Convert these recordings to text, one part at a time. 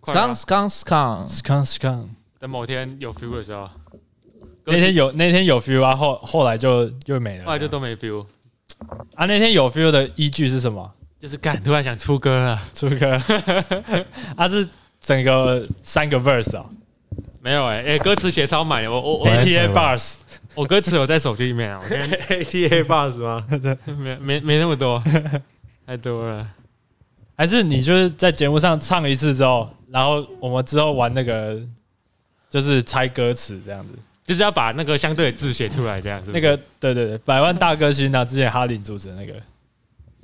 快 skunk 啊 skunk skunk， ，scan scan，等某天有 feel 的时候，那天有那天有 feel 啊，后后来就就没后来了。就都没 feel，啊，那天有 feel 的依据是什么？就是干突然想出歌了，出歌， 啊是整个三个 verse 啊没有哎、欸、哎、歌词写超满的，我我我，ATA bars，我歌词有在手机里面啊，我跟 ATA bus 吗？你 没没没那么多，太多了。还是你就是在节目上唱一次之后，然后我们之后玩那个就是猜歌词这样子。就是要把那个相对的字写出来，这样子。那个对对对，百万大歌星啊，之前哈林主持的那个，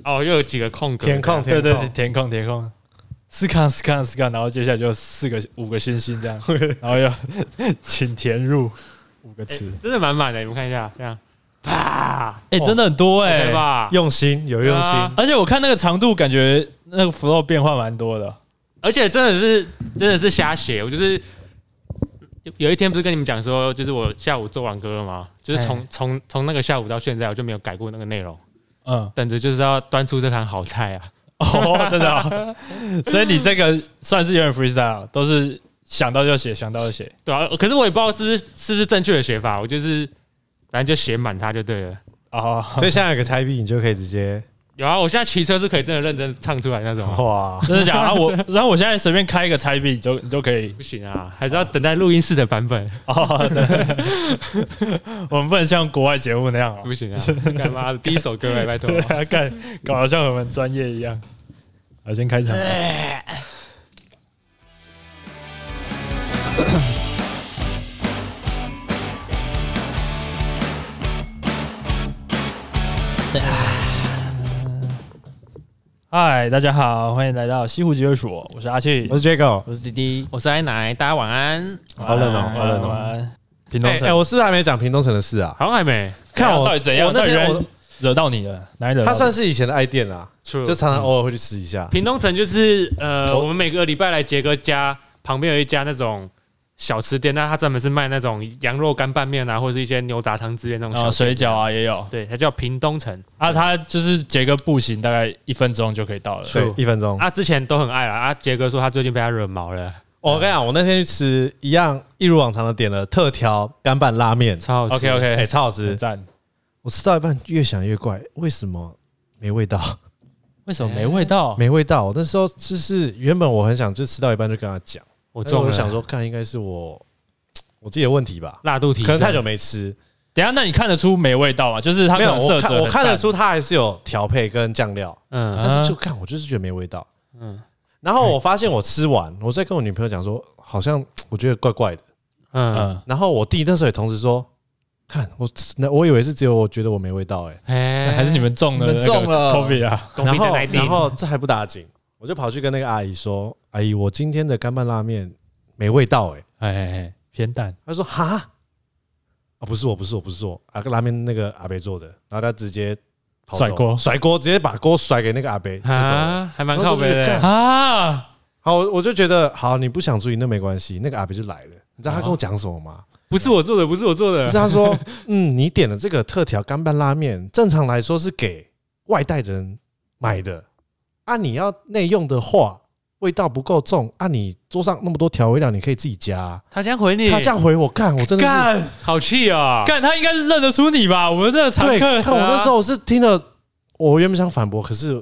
哦，又有几个空格，填空，对填对对，空，填空填空，四看四看四看，然后接下来就四个五个星星 这样，然后又 请填入五个这词样，真的满满的。你们看一下，这样，啪，哎，真的很多哎哦 OK，吧？用心有对用啊心，而且我看那个长度，感觉那个 flow 变化蛮多的。而且真的是真的是瞎写，我就是有有一天不是跟你们讲说，就是我下午做完歌了吗？就是哎从从从那个下午到现在，我就没有改过那个内容，嗯， 等着就是要端出这盘好菜啊。哦，真 的、哦，所以你这个算是有点 freestyle，都是想到就写，想到就写。对啊，可是我也不知道是不是是不是正确的写法，我就是反正就写满它就对了。 哦，所以现在有个 type，你就可以直接哦有啊，我现在骑车是可以真的认真唱出来那种啊、哇，真的假的？啊、 我然后我现在随便开一个 type，你就你就可以不行啊，还是要等待录音室的版本。哦，对， 我们不能像国外节目那样哦。不行啊，干嘛？第一首歌哎， 拜托对。啊，干搞得像我们专业一样。好，先开场。 嗨，大家好，欢迎来到西湖集会所，我是阿气我，是 Jago，我是滴滴，我是艾奶，大家晚安。哎好冷哦，好冷晚哦。安。屏哎东哎，城，哎我是不是还没讲屏东城的事啊？好像还没看我到底怎样？我那到底天人我惹到你了？哪里惹到你？它算是以前的爱店啦， ，True 就常常偶尔会去吃一下。屏东城就是呃，我们每个礼拜来杰哥家旁边有一家那种小吃店，那他专门是卖那种羊肉干拌面啊，或者是一些牛杂汤之类那种哦啊，小水吃店饺。啊也有对，它叫屏东城啊，他就是杰哥步行大概一分钟就可以到了。对，一分钟。啊，之前都很爱啦。啊，杰哥说他最近被他惹毛了，哦我跟你讲，我那天去吃一样，一如往常的点了特调干拌拉面，超好吃 OK 哎、 OK，超好很吃。赞。我吃到一半越想越怪，为什么没味道？为什么没味道？ 没味道。我那时候就是原本我很想就吃到一半就跟他讲，我我中哎我了，想说，看应该是我我自己的问题吧，辣度提可能升太久没吃。等一下，那你看得出没味道啊？就是它没可有，能我色泽看我很看得淡出它还是有调配跟酱料，嗯啊但是就看我就是觉得没味道。嗯然后我发现我吃完，我再跟我女朋友讲说，好像我觉得怪怪的。嗯，嗯，然后我弟那时候也同时说，看我吃那我以为是只有我觉得我没味道哎、哎还是你们中了你们那个中了 COVID 啊？公然平的后来定然后这还不打紧，我就跑去跟那个阿姨说：“阿姨，我今天的干拌拉面没味道哎、欸。哎哎，哎偏淡”她说：“哈，啊不是我，不是我，不是我，啊拉面那个阿伯做的。”然后她直接跑走甩锅甩锅，直接把锅甩给那个阿伯。啊，啊，还蛮靠北的。啊！好，我我就觉得好，你不想处理那没关系，那个阿伯就来了。你啊知道他跟我讲什么吗？不是我做的，不是我做就的是。他 说：“嗯，你点的这个特调干拌拉面，正常来说是给外带的人买的，啊，你要内用的话，味道不够重，啊，你桌上那么多调味料，你可以自己加啊、他这样回你，他这样回我干，我真的是哦干好气啊！干，他应该认得出你吧？我们这个常对，客啊，看我那时候我是听了，我原本想反驳，可是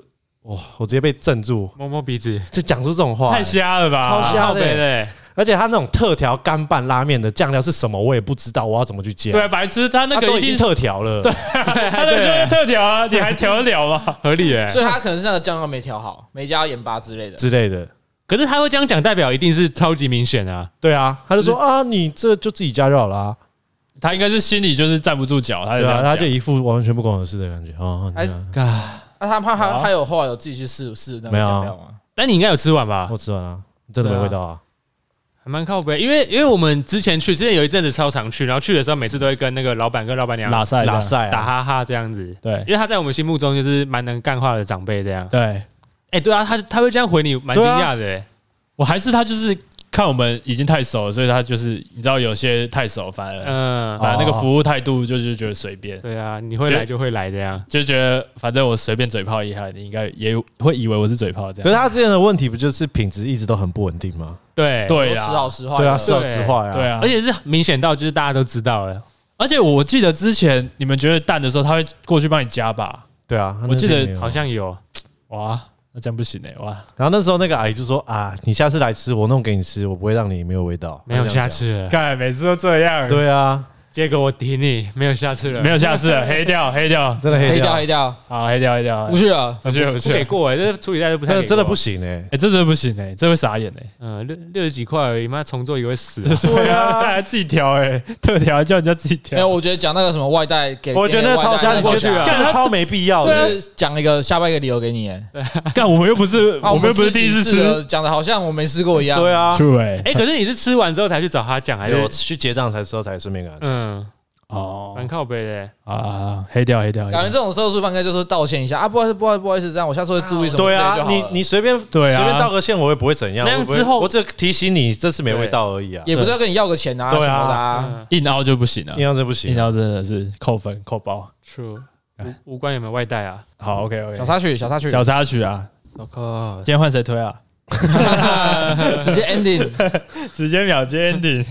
哇，我直接被镇住，啊摸摸鼻子，就讲出这种话、太欸瞎了吧？超瞎靠的北欸的。而且他那种特调干拌拉面的酱料是什么，我也不知道，我要怎么去加？对啊，白痴，他那啊个都一已经定特调了，对， 他那个就是特调啊，你还调得了吗？合理哎、所以他可能是那个酱料没调好，没加盐巴之类的。之类的。”可是他会这样讲，代表一定是超级明显啊。对啊，他就说啊，你这就自己加就好了、啊。他应该是心里就是站不住脚，他就对这样啊，他讲就一副完全不关我的事的感觉啊。还还是是那他他好啊他他有后来有自己去试试那个没有啊酱料吗？但你应该有吃完吧？我吃完了，真的没味道啊。还蛮靠背，因为因为我们之前去，之前有一阵子超常去，然后去的时候每次都会跟那个老板跟老板娘拉塞拉拉塞，塞打啊，哈哈这样子，对因为他在我们心目中就是蛮能干话的长辈这样。对，哎、对啊，他他会这样回你，蛮惊讶的、欸。我还是他就是看我们已经太熟了，所以他就是你知道有些太熟，反而嗯，反而那个哦服务态度就是觉得随便，对啊，你会来就会来这样。就觉得反正我随便嘴炮一下，你应该也会以为我是嘴炮这可是样。他之前的问题不就是品质一直都很不稳定吗？对，对时啊，好时坏的。对啊，是说实话呀，对啊，而且是明显到就是大家都知道了，而且我记得之前你们觉得淡的时候，他会过去帮你加吧？对啊，我记得那边没有好像有，哇，那这样不行哎、哇！然后那时候那个阿姨就说啊，你下次来吃，我弄给你吃，我不会让你没有味道。没有她这下样次了。看每次都这样讲。，对啊，结果我顶你，没有下次了，没有下次了，黑掉，黑掉，真的黑黑掉掉，黑掉，好，黑掉，黑掉不。去了。不去，不不给去，过哎、这处理态度不太真给的过真的不，行哎。哎，这真的不行哎，这会傻眼哎。嗯，六六十几块而已，妈重做也会死、啊。对啊， 大家自己调哎，特调还叫人家自己没有，调。我觉得讲那个什么外带给，我觉得那给个超瞎，外带你那觉个得超瞎这个超没必要的。就是讲一个下半一个理由给你。哎干，我们又不 是，啊我们又不是第一次吃几吃。了，讲的好像我没吃过一样。对，啊，哎 true 哎，哎、可是你是吃完之后才去找他讲，还对我是？去结账才时候才顺便跟她讲。嗯，蛮哦靠北的、欸啊，黑掉，黑掉，黑感觉掉这种社畜饭应该就是道歉一下啊，不好意思，不好意思，不好意思，这样我下次会注意什么之对类就好啊了。，你你随便对啊随便道个歉，我也不会怎样。那样我不会之后我只提醒你这次没味道而已啊。也不是要跟你要个钱啊什对么啊的啊。嗯硬凹就不行了硬，要这不硬行啊，凹真的是扣分扣包。 ，True。无无关有没有外带啊？好，OK OK，小插曲，小插曲，小插曲啊，今天换谁推啊？ 直接 ending。直接秒接 ending。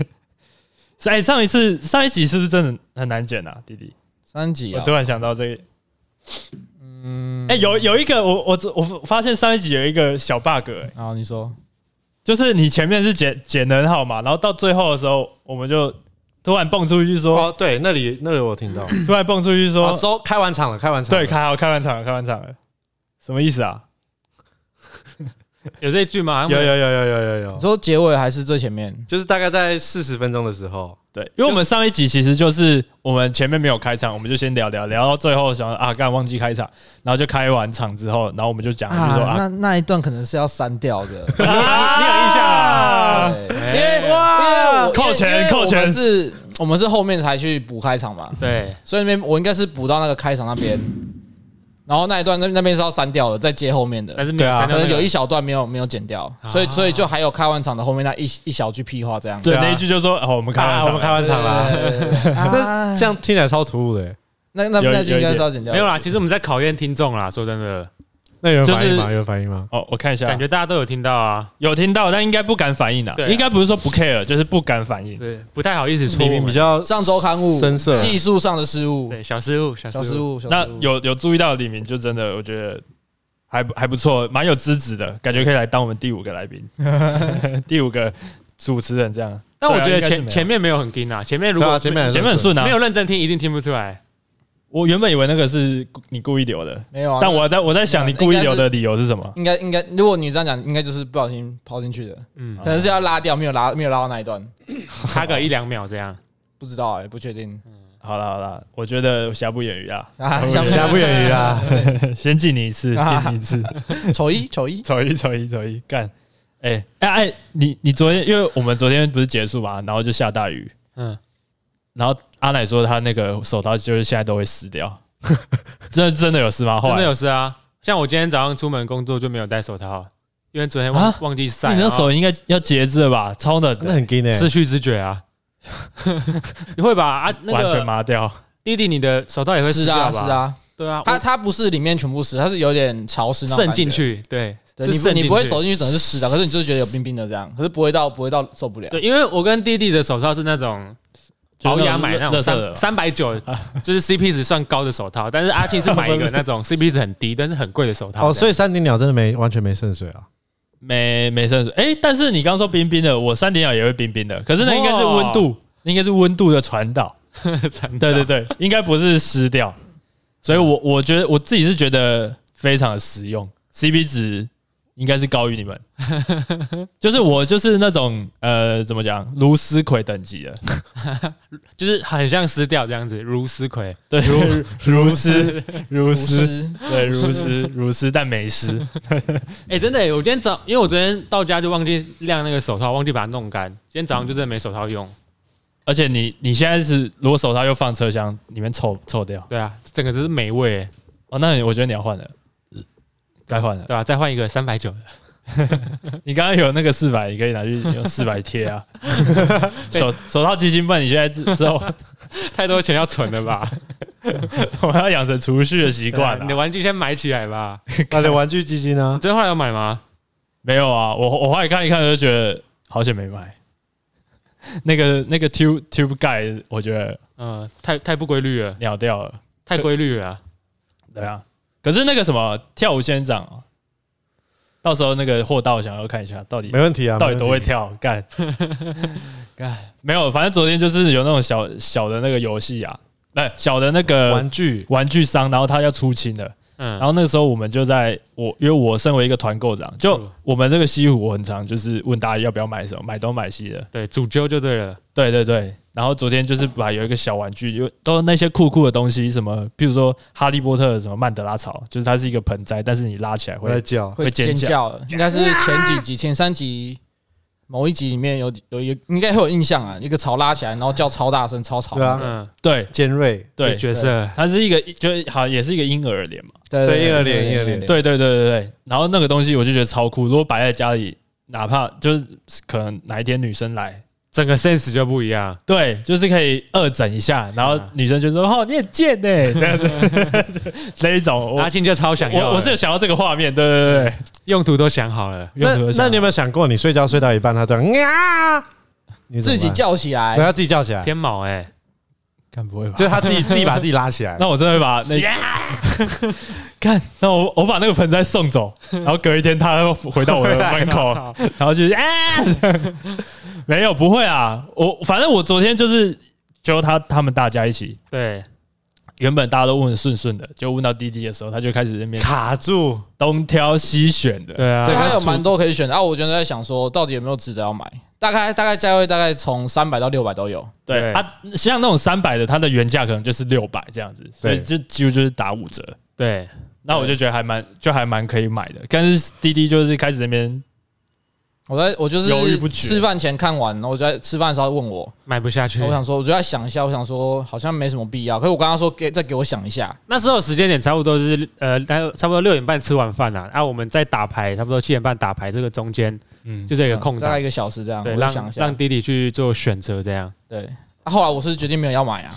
哎，上一次上一集是不是真的很难剪啊，弟弟？三集我啊，突然想到这个，嗯，哎、有有一个，我我我发现上一集有一个小 bug，、哎，好，哦你说就是你前面是剪剪的很好嘛，然后到最后的时候，我们就突然蹦出一句说，哦，对，那里那里我听到。突然蹦出一句说，啊，收开完场了，开完场了对，开好开完场了，开完场了，什么意思啊？有这一句吗？好像没有有有有有有有你，说结尾还是最前面？就是大概在四十分钟的时候，对，因为我们上一集其实就是我们前面没有开场，我们就先聊聊聊到最后想说啊，干忘记开场，然后就开完场之后，然后我们就讲就说啊，那那一段可能是要删掉的，你有印象啊？对因为因为我扣钱因为因为扣钱我们是我们是后面才去补开场嘛，对，所以那边我应该是补到那个开场那边，然后那一段那那边是要删掉的，再接后面的，但是没有对啊删可掉那能个有一小段没有没有剪掉，所以所以就还有开完场的后面那一一小句屁话这样。对，对啊那一句就说哦，我们开完啊，场了，我们开完场了，那这样听起来超突兀的欸。那那有那句应该有一点是要剪掉的，没有啦。其实我们在考验听众啦，说真的，那有人就反应是吗？有人反应吗？哦，我看一下，感觉大家都有听到啊，有听到，但应该不敢反应啊。对啊应该不是说不 care，就是不敢反应。对，不太好意思说你我们。们比较上周刊物深色，技术上的失误，对小失误，小小失失误。误，小那失误有有注意到李明，就真的我觉得还不还不错，蛮有资质的，感觉可以来当我们第五个来宾，第五个主持人这样。但我觉对啊得应该前是没有前面没有很硬啊，前面如对果啊前面前面很顺啊没，有认真听，一定听不出来。我原本以为那个是故你故意留的，没有啊？但我在我在想那你故意留的理由是什么？应该应该，如果你这样讲，应该就是不小心抛进去的，嗯，可能是要拉掉，没有拉没有拉到那一段，差个一两秒这样。不知道哎，不确定好了好了，我觉得瑕不掩瑜啊，啊。想瑕不掩瑜啊。先敬你一次，敬你一次。丑一丑一，走一走一走一干。哎哎哎，你你昨天，因为我们昨天不是结束嘛，然后就下大雨，嗯，然后阿奶说她那个手套就是现在都会湿掉，真的真的有湿吗？后真来的有事啊。像我今天早上出门工作就没有戴手套，啊因为昨天忘啊忘记晒。你那然后手应该要截肢了吧？超冷那的，很欸哦 gay 呢。失去知觉啊？ 你会吧？啊，那完全个麻掉。弟弟，你的手套也会湿是掉啊吧？是，啊，对啊，它它不是里面全部湿，它是有点潮湿我那种渗感觉进，去，对，是对你不渗进你去不会手进去整个是湿的，可是你就是觉得有冰冰的这样，可是不会到不会到受不了。对，因为我跟弟弟的手套是那种就是那鳌种牙买那乐种色的三三百九，就是 CP 值算高的手套，但是阿庆是买一个那 种 CP 值很低但是很贵的手套。哦，所以以三顶鸟真的没完全没渗水 啊。没没渗水。哎，但是你刚说冰冰的，我三点鸟也会冰冰的，可是那应该是温度，那应该是温度的传 导。对对对，应该不是湿掉。所以我我觉得我自己是觉得非常的实用，CP 值应该是高于你 们。就是我就是那种呃，怎么讲，如斯葵等级的，就是很像湿掉这样子，如丝葵。对，如 如斯如不斯，湿，对，如斯如斯，但没湿。哎、真的、欸，我今天早，因为我昨天到家就忘记晾那个手套，忘记把它弄干，今天早上就真的没手套用。而且你你现在是如果手套又放车厢里面臭臭掉，对啊，整个只是美味欸、哦，那你我觉得你要换了，该换了。对吧、再换一个三百九的，你刚刚有那个四百，你可以拿去用四百贴 啊。手手套基金办，你现在之之后， 太多钱要存了吧？我们要养成储蓄的习惯你的啊。玩具先买起来吧。那你玩具基金啊呢你？真后来有买吗？没有啊，我我后来看一看就觉得好险没买。 那个那个 tube tube guy，我觉得嗯，太太不规律了，秒掉了。太规律了啊。对啊，可是那个什么跳舞仙长啊，到时候那个货到想要看一下到底没问题啊，到底多会没问题跳， 干干没有，反正昨天就是有那种小小的那个游戏啊，那小的那个玩具玩具商，然后他要出清了，嗯，然后那个时候我们就在我因为我身为一个团购长，就是我们这个西湖我很常就是问大家要不要买什么，买东买西的，对，主揪就对了。对对对。然后昨天就是把有一个小玩具，有都是那些酷酷的东西，什么，比如说哈利波特的什么曼德拉草，就是它是一个盆栽，但是你拉起来我会在叫，会会尖尖叫的，应该是前几集、前三集某一集里面有有有，应该会有印象啊。一个草拉起来，然后叫超大声、超吵。对啊嗯，对尖锐，对，角色它是一个就是好像也是一个婴儿脸嘛，对对婴儿脸婴儿脸，对对对对对，然后那个东西我就觉得超酷，如果摆在家里，哪怕就是可能哪一天女生来，整个 sense 就不一样。对，就是可以二整一下，然后啊女生就说：“哦，你很贱呢、欸。”这样 子那一种，阿我庆就超想要了，我我是有想到这个画面，对对对对，用途都想好了。那用途有想那你有没有想过，你睡觉睡到一半，他这样啊，你自怎么办己，叫起来对，，他自己叫起来，天毛哎、看不会吧就？是他自己自己把自己拉起 来。那我真的会把那 看，那我我把那个盆栽送走，然后隔一天他又回到我的门 口，然后就是啊，这样没有不会啊，我反正我昨天就是揪他他们大家一起， 对，原本大家都问得顺顺的，就问到滴滴的时候，他就开始在那边卡住，东挑西选的。对啊，所以它有蛮多可以选的啊。我觉得在想说，到底有没有值得要买？大概大概价位大概从三百到六百都有。对对啊，像那种三百的，它的原价可能就是六百这样子，所以就对几乎就是打五折。对，那我就觉得还蛮就还蛮可以买的，但是滴滴就是开始那边我在我就犹豫不是决吃饭前看完，然后我就在吃饭的时候问我，买不下去我。想说，我就在想一下，我想说好像没什么必要。可是我刚刚说给再给我想一下，那时候时间点差不多就是呃，大概差不多六点半吃完饭啦、啊，我们在打牌，差不多七点半打牌，这个中间嗯就是有一个空大概档一，个小时这样，对，我就想让一下让。弟弟去做选择，这样对，啊后来我是决定没有要买啊，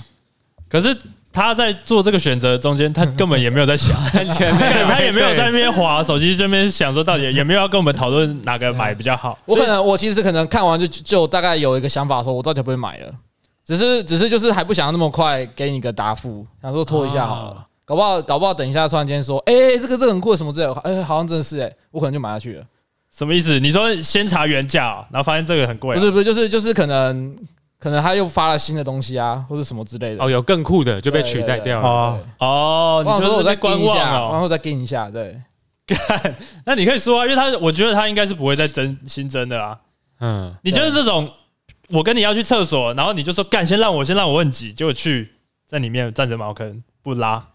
可是他在做这个选择中间，他根本也没有 在想，安全他也没有在那边划手机，这边想说到底也没有要跟我们讨论哪个买比较好。我可能我其实可能看完就就大概有一个想法，说我到底会不会买了，只是只是就是还不想要那么快给你一个答复，想说拖一下好了，搞不好搞不好等一下突然间说，哎、这个这个很贵什么之类的，哎、好像真的是哎、我可能就买下去了，什么意思？你说先查原价哦、然后发现这个很贵不啊、是不是就是就是可能可能他又发了新的东西啊，或者什么之类的，哦，有更酷的就被取代掉了。哦哦，我你想就说是我在再观盯一望下，啊然哦、后再盯一下，对，那你可以说啊，因为他我觉得他应该是不会再增新增的啦。嗯，你就是这种，我跟你要去厕所，然后你就说干，先让我先让我问几，结果去在里面站着茅坑不拉，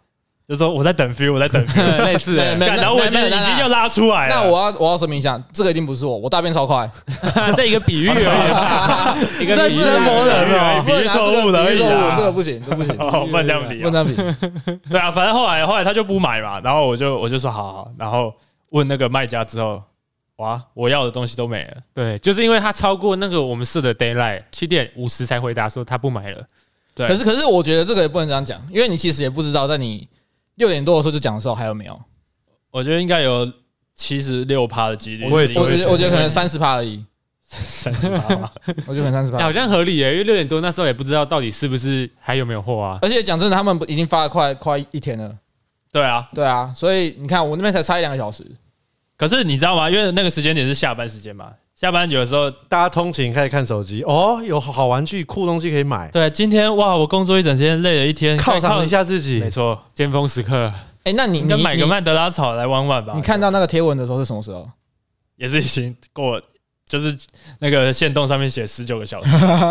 就说我在等 feel，我在等 feel，类似的、 没有干那然后我已经没有已没有经要拉出来了。那我要我要声明一下，这个一定不是我，我大便超快，这一个比喻而 已，一个比喻啊这而不能摸已人哦不能拿这个比喻错误的而比喻已错啦误，这个不行，这不行， 哦不能这样比不哦能这样比。对啊，反正后来后来他就不买嘛，然后我就我就说好好，好然后问那个卖家之后，哇，我要的东西都没了。对，就是因为他超过那个我们设的 d a y l i g h t 七点五十才回答说他不买了。对可是可是我觉得这个也不能这样讲，因为你其实也不知道，在你六点多的时候就讲的时候还有没有？我觉得应该有七十六趴的几率，我也我对觉得我觉得可能三十趴而已，三十趴嘛。我觉得可能三十欸趴好。像合理耶、因为六点多那时候也不知道到底是不是还有没有货啊。而且讲真的，他们已经发了快快一天了，对啊，对啊，所以你看我那边才差一两个小时，可是你知道吗？因为那个时间点是下班时间嘛，下班有的时候，大家通勤开始看手机，哦，有好玩具、酷东西可以买，对，今天哇，我工作一整天，累了一天，犒赏一下。下自己没。错，尖峰时 刻，哎，那你应该你买个你曼德拉草来玩玩吧。你看到那个贴文的时候是什么时 候？也是已经过，就是那个线动上面写十九个小时，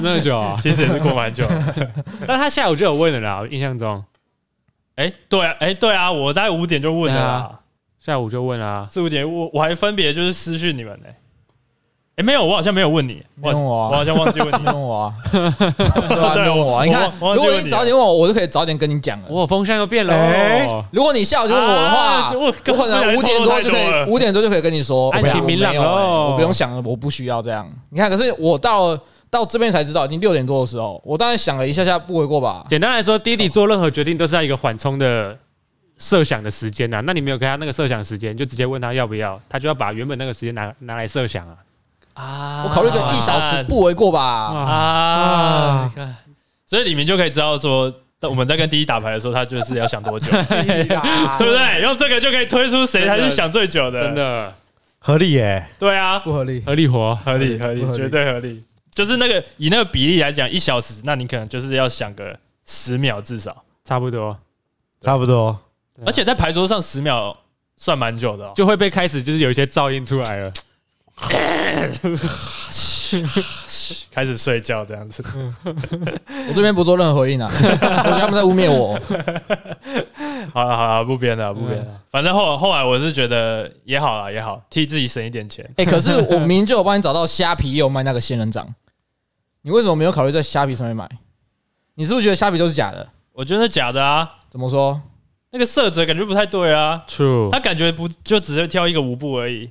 那么久啊。其实也是过蛮久的。但他下午就有问了啦，我印象中哎、对啊，哎、对啊，我在五点就问了对啊啦、啊下午就问啦、四五点我我还分别就是私讯你们呢、哎，没有，我好像没有问你，我没有啊我好像忘记问你 你。问我啊，对 啊，你对问我啊，你看，我我忘如记果问你你早点问我，我就可以早点跟你讲了。我风向又变了哎哦，如果你下午就问我的话啊，我我可能五点多就可不小心透露太多了以，五点多就可以跟你说，爱情明朗我没有欸哦我不用想了，我不需要这样。你看，可是我到了到这边才知道，已经六点多的时候，我当然想了一下下，不为过吧？简单来说，弟弟做任何决定都是要一个缓冲的设想的时间呐、啊那你没有给他那个设想时间，就直接问他要不要，他就要把原本那个时间拿拿来设想啊。啊我考虑个一小时不为过吧？啊，啊，所以你们就可以知道说，我们在跟第一打牌的时候，他就是要想多久，哎对不 对？用这个就可以推出谁才是想最久的，啊真，的合理耶，对啊，不合理。合理活，合理合理不合，理绝对合理。就是那个以那个比例来讲，一小时，那你可能就是要想个十秒至少，差不多差不多。对啊而且在牌桌上十秒算蛮久的哦。就会被开始就是有一些噪音出来了。开始睡觉这样子， 我这边不做任何回应啊， 我觉得他们在污蔑我。好了好了，不编了啊不编了。反正后后来我是觉得也好了也好，替自己省一点钱。哎，可是我明明就有帮你找到虾皮也有卖那个仙人掌，你为什么没有考虑在虾皮上面买？你是不是觉得虾皮都是假的？我觉得是假的啊，怎么说？那个色泽感觉不太对啊。 True，他感觉不就只是挑一个舞步而已，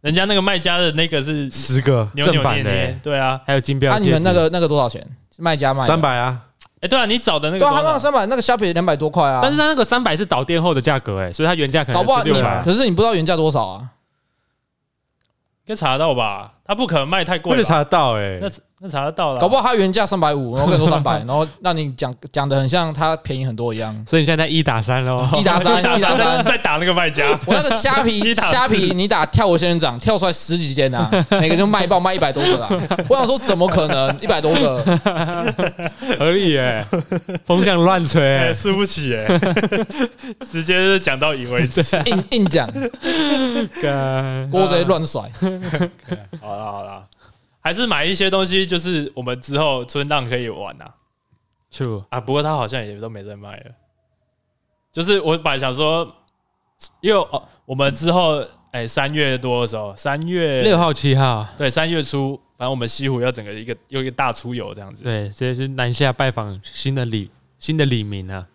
人家那个卖家的那个是十个扭扭正版捏的捏欸，对啊，还有金标那贴纸。你们那个那个多少钱？是卖家卖的三，百啊，哎，对啊，你找的那个对多啊，少，他卖三百，那个虾皮两百多块啊。但是他那个三百是导电后的价格哎、所以他原价可搞不好能你是六啊百，可是你不知道原价多少啊？应该查得到吧？他不可能卖太我贵就吧，查得到哎，那那查得到了，搞不好它原价三百五，然后跟你说三百，然后让你讲讲的很像它便宜很多一样。所以你现在一打三喽。 一打三，一打再三。再哦打那个卖 家，我那个虾皮一打四虾皮，你打跳舞仙人掌，跳出来十几间 啊，每个就卖爆卖一百多个啊。我想说，怎么可能一百多个？合理耶、风向乱吹、哎，欸，输不起哎， 直接就讲到赢为止。硬硬讲，干锅贼乱甩。好啦好啦，还是买一些东西，就是我们之后春浪可以玩啊。 True，啊，不过他好像也都没在卖了。就是我本来想说，因为哦，我们之后哎三、月多的时候，三月六号七号，对三月初，反正我们西湖要整个一个又一个大出游这样子，对，这是南下拜访新的李新的李明 啊，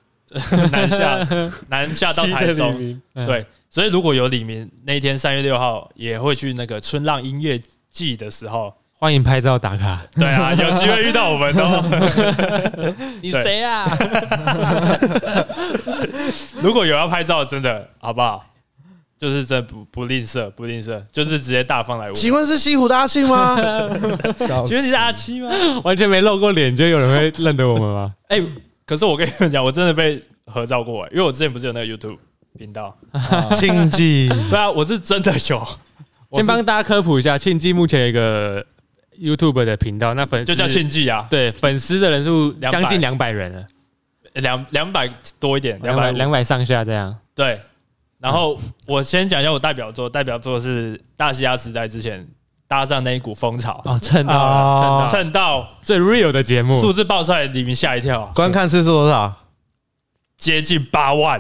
南下南下到台西的黎中，明嗯对，所以如果有李明那一天三月六号也会去那个春浪音乐季的时候，欢迎拍照打卡。对 啊，有机会遇到我们哦。 你对谁啊？如果有要拍照，真的好不好？就是真的不不吝啬，不吝啬，就是直接大方来问。请问是西湖的阿信吗？笑死请问你是阿七吗？ 完全没露过脸，就有人会认得我们 吗？哎、可是我跟你们讲，我真的被合照过、欸因为我之前不是有那个 YouTube 频 道，禁忌对啊，我是真的有，我先是帮大家科普一下，庆记目前有一个 YouTube 的频道，那粉丝就叫献祭啊，对粉丝的人数200将近两百人了，两两百多一点，两两百百两百上下这样。对。然后我先讲一下我代表作，代表作是大西亚时代之前搭上那一股风潮，哦，蹭到了，蹭到啊了，蹭到最 real 的节目数字爆出来，李明吓一跳，观看次数多少？接近八万，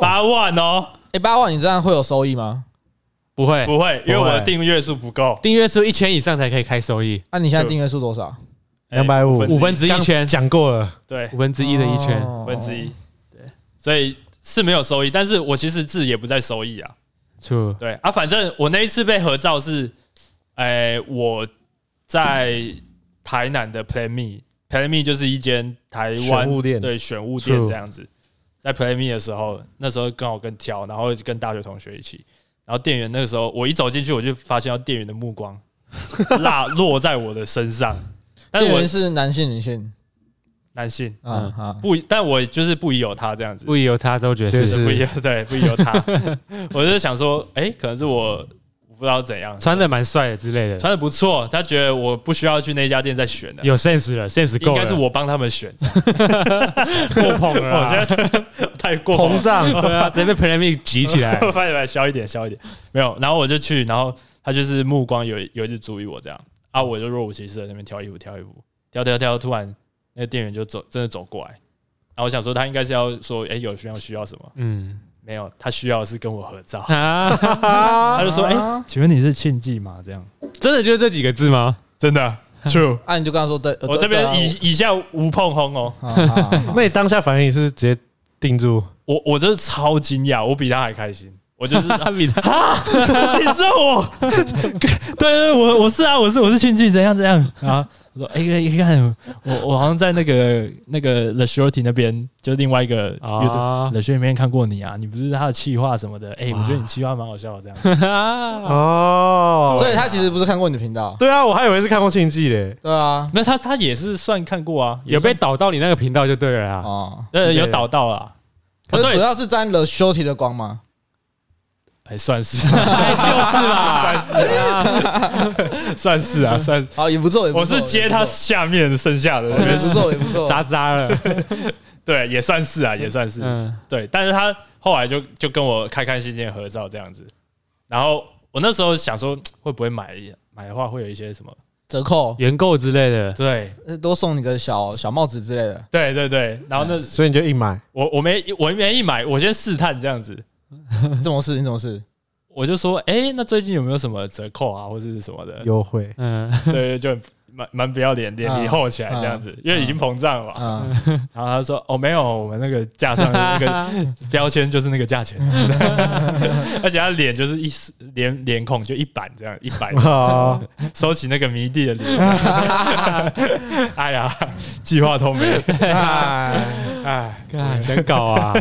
八万哦，哎，八万，你这样会有收益吗？ 不会不会，因为我的订阅数不够，订阅数一千以上才可以开收益，啊那你现在订阅数多少？哎250五分之一刚圈，讲过了，对，五分之一的一圈。哦五分之一，对，所以是没有收益，但是我其实字也不在收益啊， True，对啊，反正我那一次被合照是，哎、我在台南的 Play Me，Play Me 就是一间台湾玄物店对选物店 True 这样子，在 Play Me 的时候，那时候刚好跟挑，然后跟大学同学一起，然后店员那个时候我一走进去，我就发现到店员的目光落落在我的身上，但是店我员是男性女性男性啊嗯啊，不，但我就是不疑有他这样子，不宜由他周爵爵士士不由对不由他， 我就想说，哎、可能是我我不知道怎样穿的蛮帅的之类的，穿的不错，他觉得我不需要去那家店再选的，有 sense 了，sense 够应了，该是我帮他们选，过捧了 我啦，觉得 太过分了。膨胀对啊，直接被 p l a m i 挤起来拜 拜，消一点，消一点，没有，然后我就去，然后他就是目光有有一直注意我这样啊，我就若无其事在那边挑衣服，挑衣服，挑挑挑，突然那个店员就走，真的走过来，然后我想说他应该是要说，哎、有需要需要什么？ 嗯没有，他需要的是跟我合照。啊， 他就说：“哎、请问你是庆记吗？”这样，真的就是这几个字吗？真的 true。啊，你就跟他说对，呃我对这对啊边以以下无碰轰哦，啊好好好好那你当下反应是直接定住？我我真是超惊讶，我比他还开心。我 就是他比 他你知道我，对 对，我我是啊，我是我是庆俊怎样怎样啊？我说哎，一看我我好像在那个那个 The Shorty 那边，就是另外一个乐队啊 The Shorty 那边看过你啊，你不是他的气话什么的？哎，我觉得你气话蛮好笑的这样。哦， 所以他其实不是看过你的频道，对啊，我还以为是看过庆忌嘞。对啊，那他他也是算看过啊，也有被算导到你那个频道就对了啊啦。哦，呃有导到啦，啊可是对主要是沾了 Shorty 的光嘛，还哎算是， 啊就是啦， 算是啊，算是啊，算是。好哦也不错，也不我错是接他下面剩下的那也边不，错，也 不错，渣渣了， 对，也算是啊，也算是。嗯，对，但是他后来就就跟我开开心心地合照这样子，然后我那时候想说会不会买买的话会有一些什么？折扣，原购之类的，对呃多送你个小小帽子之类的，对对对，然后那所以你就硬买，我我没我没一买，我先试探这样子，你怎么试？你怎么试？我就说哎、诶那最近有没有什么折扣啊，或是什么的？优惠嗯，对对，就很蛮蛮不要脸，脸皮嗯厚起来这样子，因为已经膨胀了嘛。啊，然后他说哦没有，我们那个架上的那个标签就是那个价钱， 而且他脸就是一丝脸脸孔就一板这样一板。啊，收起那个迷弟的脸。哎呀，计划都没了。哎哎，干想搞 啊！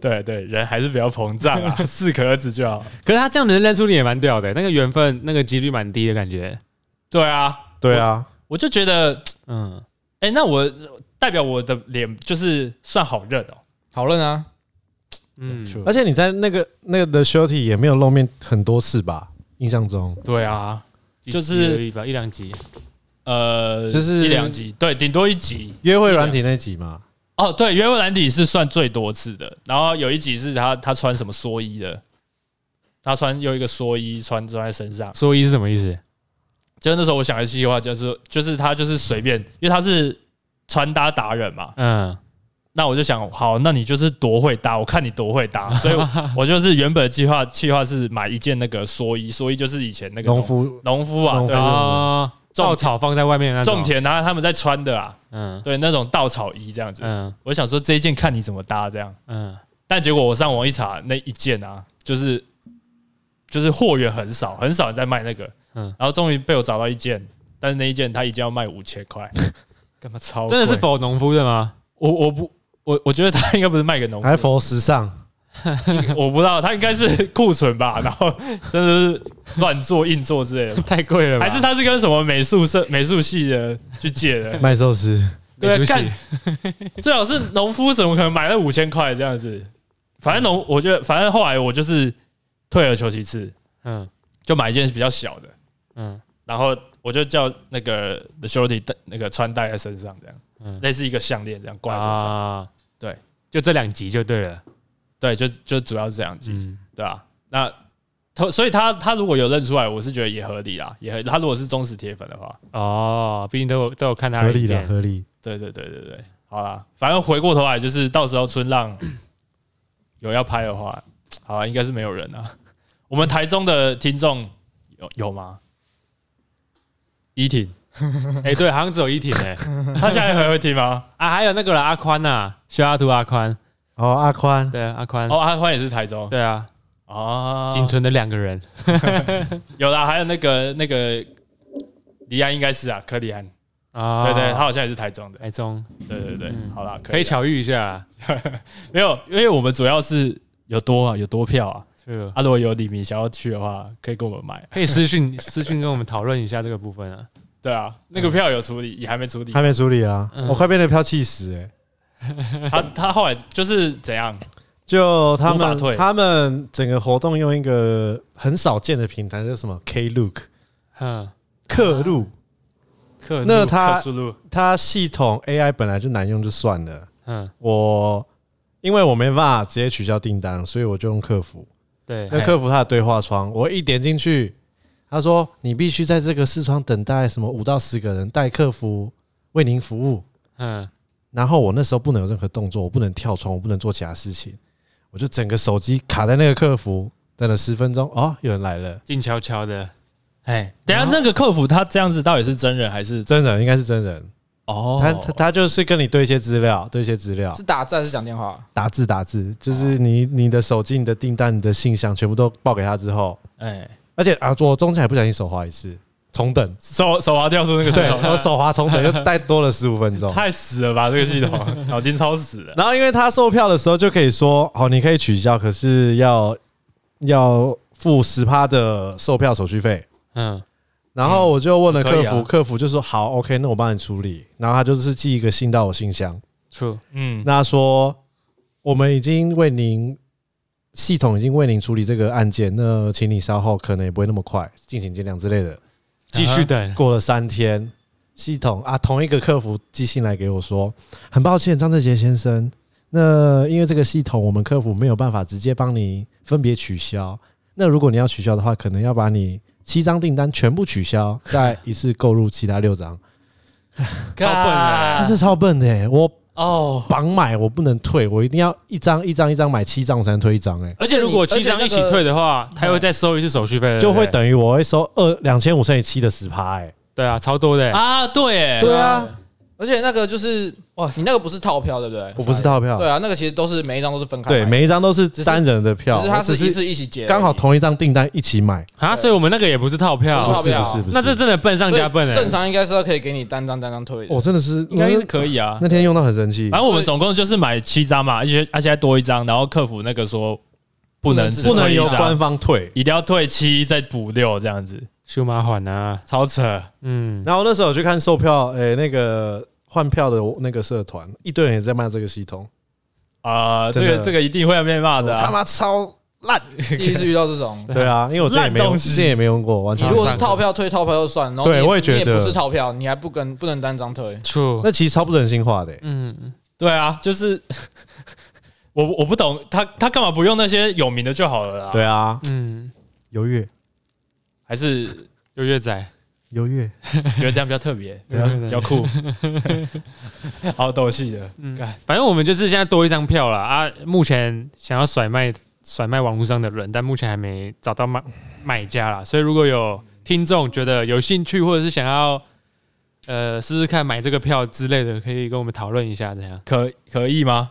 对对，人还是比较膨胀啊，适可而止就好。可是他这样能认出你也蛮屌的，那个缘分那个几率蛮低的感觉。对啊，对啊，我就觉得，嗯，哎、那我代表我的脸就是算好认哦。讨论啊，嗯， True 而且你在那个那个的 shorty 也没有露面很多次吧？印象中，对啊，几就是集而已吧一两集，呃，就是一两集，对，顶多一集。约会软体那集嘛，哦，对，约会兰底是算最多次的，然后有一集是他他穿什么蓑衣的，他穿有一个蓑衣穿穿在身上，说一是什么意思？就那时候我想的计划就是，就是他就是随便，因为他是穿搭达人嘛，嗯，那我就想，好，那你就是多会搭，我看你多会搭，所以我我就是原本的计划计划是买一件那个蓑衣，蓑衣就是以前那个农夫农夫啊，农夫对，哦，稻草放在外面的那种种，田他他们在穿的啊，嗯对，那种稻草衣这样子，嗯我想说这一件看你怎么搭这样，嗯，但结果我上网一查，那一件啊，就是就是货源很少，很少人在卖那个，嗯然后终于被我找到一件，但是那一件他一件要卖五千块， 干嘛超真的是贵否农夫的吗？我我不我我觉得他应该不是卖给农还夫，哎佛时尚，我不知道他应该是库存吧， 然后真的是乱做硬做之类的吧， 太贵了吧，还是他是跟什么美术社美术系的去借的？ 卖寿司，对没出息干最好是农夫，怎么可能买了五千块这样子？反正农，我觉得反正后来我就是退而求其次，嗯就买一件比较小的，嗯然后我就叫那个 The Shorty 带那个穿戴在身上，这样嗯，类似一个项链这样挂在身上。啊，对，就这两集就对了，对，就就主要是这样子。嗯对啊，那他所以他他如果有认出来，我是觉得也合理啦，也合他如果是忠实铁粉的话，哦，毕竟都有都有看他合的影理的片合理。对对对对对，好啦，反正回过头来就是到时候春浪 有要拍的话，好啦，应该是没有人啊。我们台中的听众有有吗？依婷，哎，对，好像只有一挺哎， 他下一回会听吗？啊，还有那个了，阿宽呐，修阿图阿宽，哦，阿宽，对，啊阿宽哦，，阿欢也是台中对啊，啊，仅存的两个人，有啦，还有那个那个李安应该是啊，柯李安，啊，对对，他好像也是台中的，台哎中对对对，嗯好啦，可可以以啦巧遇一下，没有，因为我们主要是有多啊，有多票啊。是吧啊，如果有李明想要去的话，可以跟我们买。啊可以私讯私讯跟我们讨论一下这个部分啊，对啊，那个票有处理，也还没处理还。没处理啊，嗯我快被那票气死哎、他他后来就是怎样？就他无法退们，他们整个活动用一个很少见的平台，叫什么 K Look 嗯，刻录，克嗯那那他克苏鲁它系统 AI 本来就难用就算了，嗯我因为我没办法直接取消订单，所以我就用客服。对，那客服他的对话窗，我一点进去，他说你必须在这个视窗等待什么五到十个人带客服为您服务。嗯然后我那时候不能有任何动作，我不能跳窗，我不能做其他事情，我就整个手机卡在那个客服，等了十分钟，哦，有人来了，静悄悄的，哎，等一下那个客服他这样子到底是真人还是真人应该是真人，哦？他他他就是跟你对一些资料，对一些资料是，打字还是讲电话？打字打字，就是你你的手机、你的订单、你的信箱全部都报给他之后，哎而且啊，我中间还不小心手滑一次，重等，手手滑掉出那个对手，我手滑重 等又待多了十五分钟。太死了吧？这个系统 脑筋超死了。然后因为他售票的时候就可以说，好，你可以取消，可是要要付十趴的售票手续费。嗯，然后我就问了可客以啊服，客服就说好，OK，那我帮你处理。然后他就是寄一个信到我信箱， true，嗯，那说我们已经为您系统已经为您处理这个案件，那请你稍后可能也不会那么快，敬请见谅之类的。继续 等，过了三天，系统啊，同一个客服寄信来给我说，很抱歉，张志杰先生，那因为这个系统，我们客服没有办法直接帮你分别取消。那如果你要取消的话，可能要把你七张订单全部取消，再一次购入其他六 张。超笨的那干这超笨的、欸，我哦，绑买我不能退，我一定要一张一张一张买七张，我才能退一张、欸。而且如果而且七张那一起个退的话，他会再收一次手续费，对不对就会等于我会收二两千五乘以七的十趴，哎、对啊，超多的欸，啊，对，哎，对啊，而且那个就是哇，你那个不是套票对不对？我不是套票，对啊，那个其实都是每一张都是分开买对，的，每一张都是只是单人的票，只是它我是只一次一起结而已，刚好同一张订单一起买，啊，所以我们那个也哦不是套不票是，套票不是不是，那这真的笨上所以加笨欸正常应该是要可以给你单张单张哦退的我。真的是应该是可以啊。那天用到很生气反，正我们总共就是买七张嘛，而且而且还多一张，然后客服那个说不不能能只只不能退一由张官方退。一定要退七再补六这样子，修马缓啊，超扯。嗯，然后那时候我去看售票，诶，那个换票的那个社团，一堆人也在骂这个系统，啊、这真的哦个这个一定会被骂的、他啊。妈超烂。第一次遇到这种，对啊，因为我之前也没烂用，东之西前也没用过，完你全如。果是套票退套票就算，然后对你我也觉得你不是套票，你还不跟不能单张退， true，那其实超不人性化的、欸嗯，对啊，就是我我不懂他他干嘛不用那些有名的就好了啦？对啊，嗯，优越还是优越仔，优越，觉得这样比较特别， 对啊比较酷， 好斗气的。嗯干，反正我们就是现在多一张票了啊，目前想要甩卖甩卖网络上的人，但目前还没找到卖卖家啦，所以如果有听众觉得有兴趣，或者是想要呃试试看买这个票之类的，可以跟我们讨论一下，怎样？可可以吗？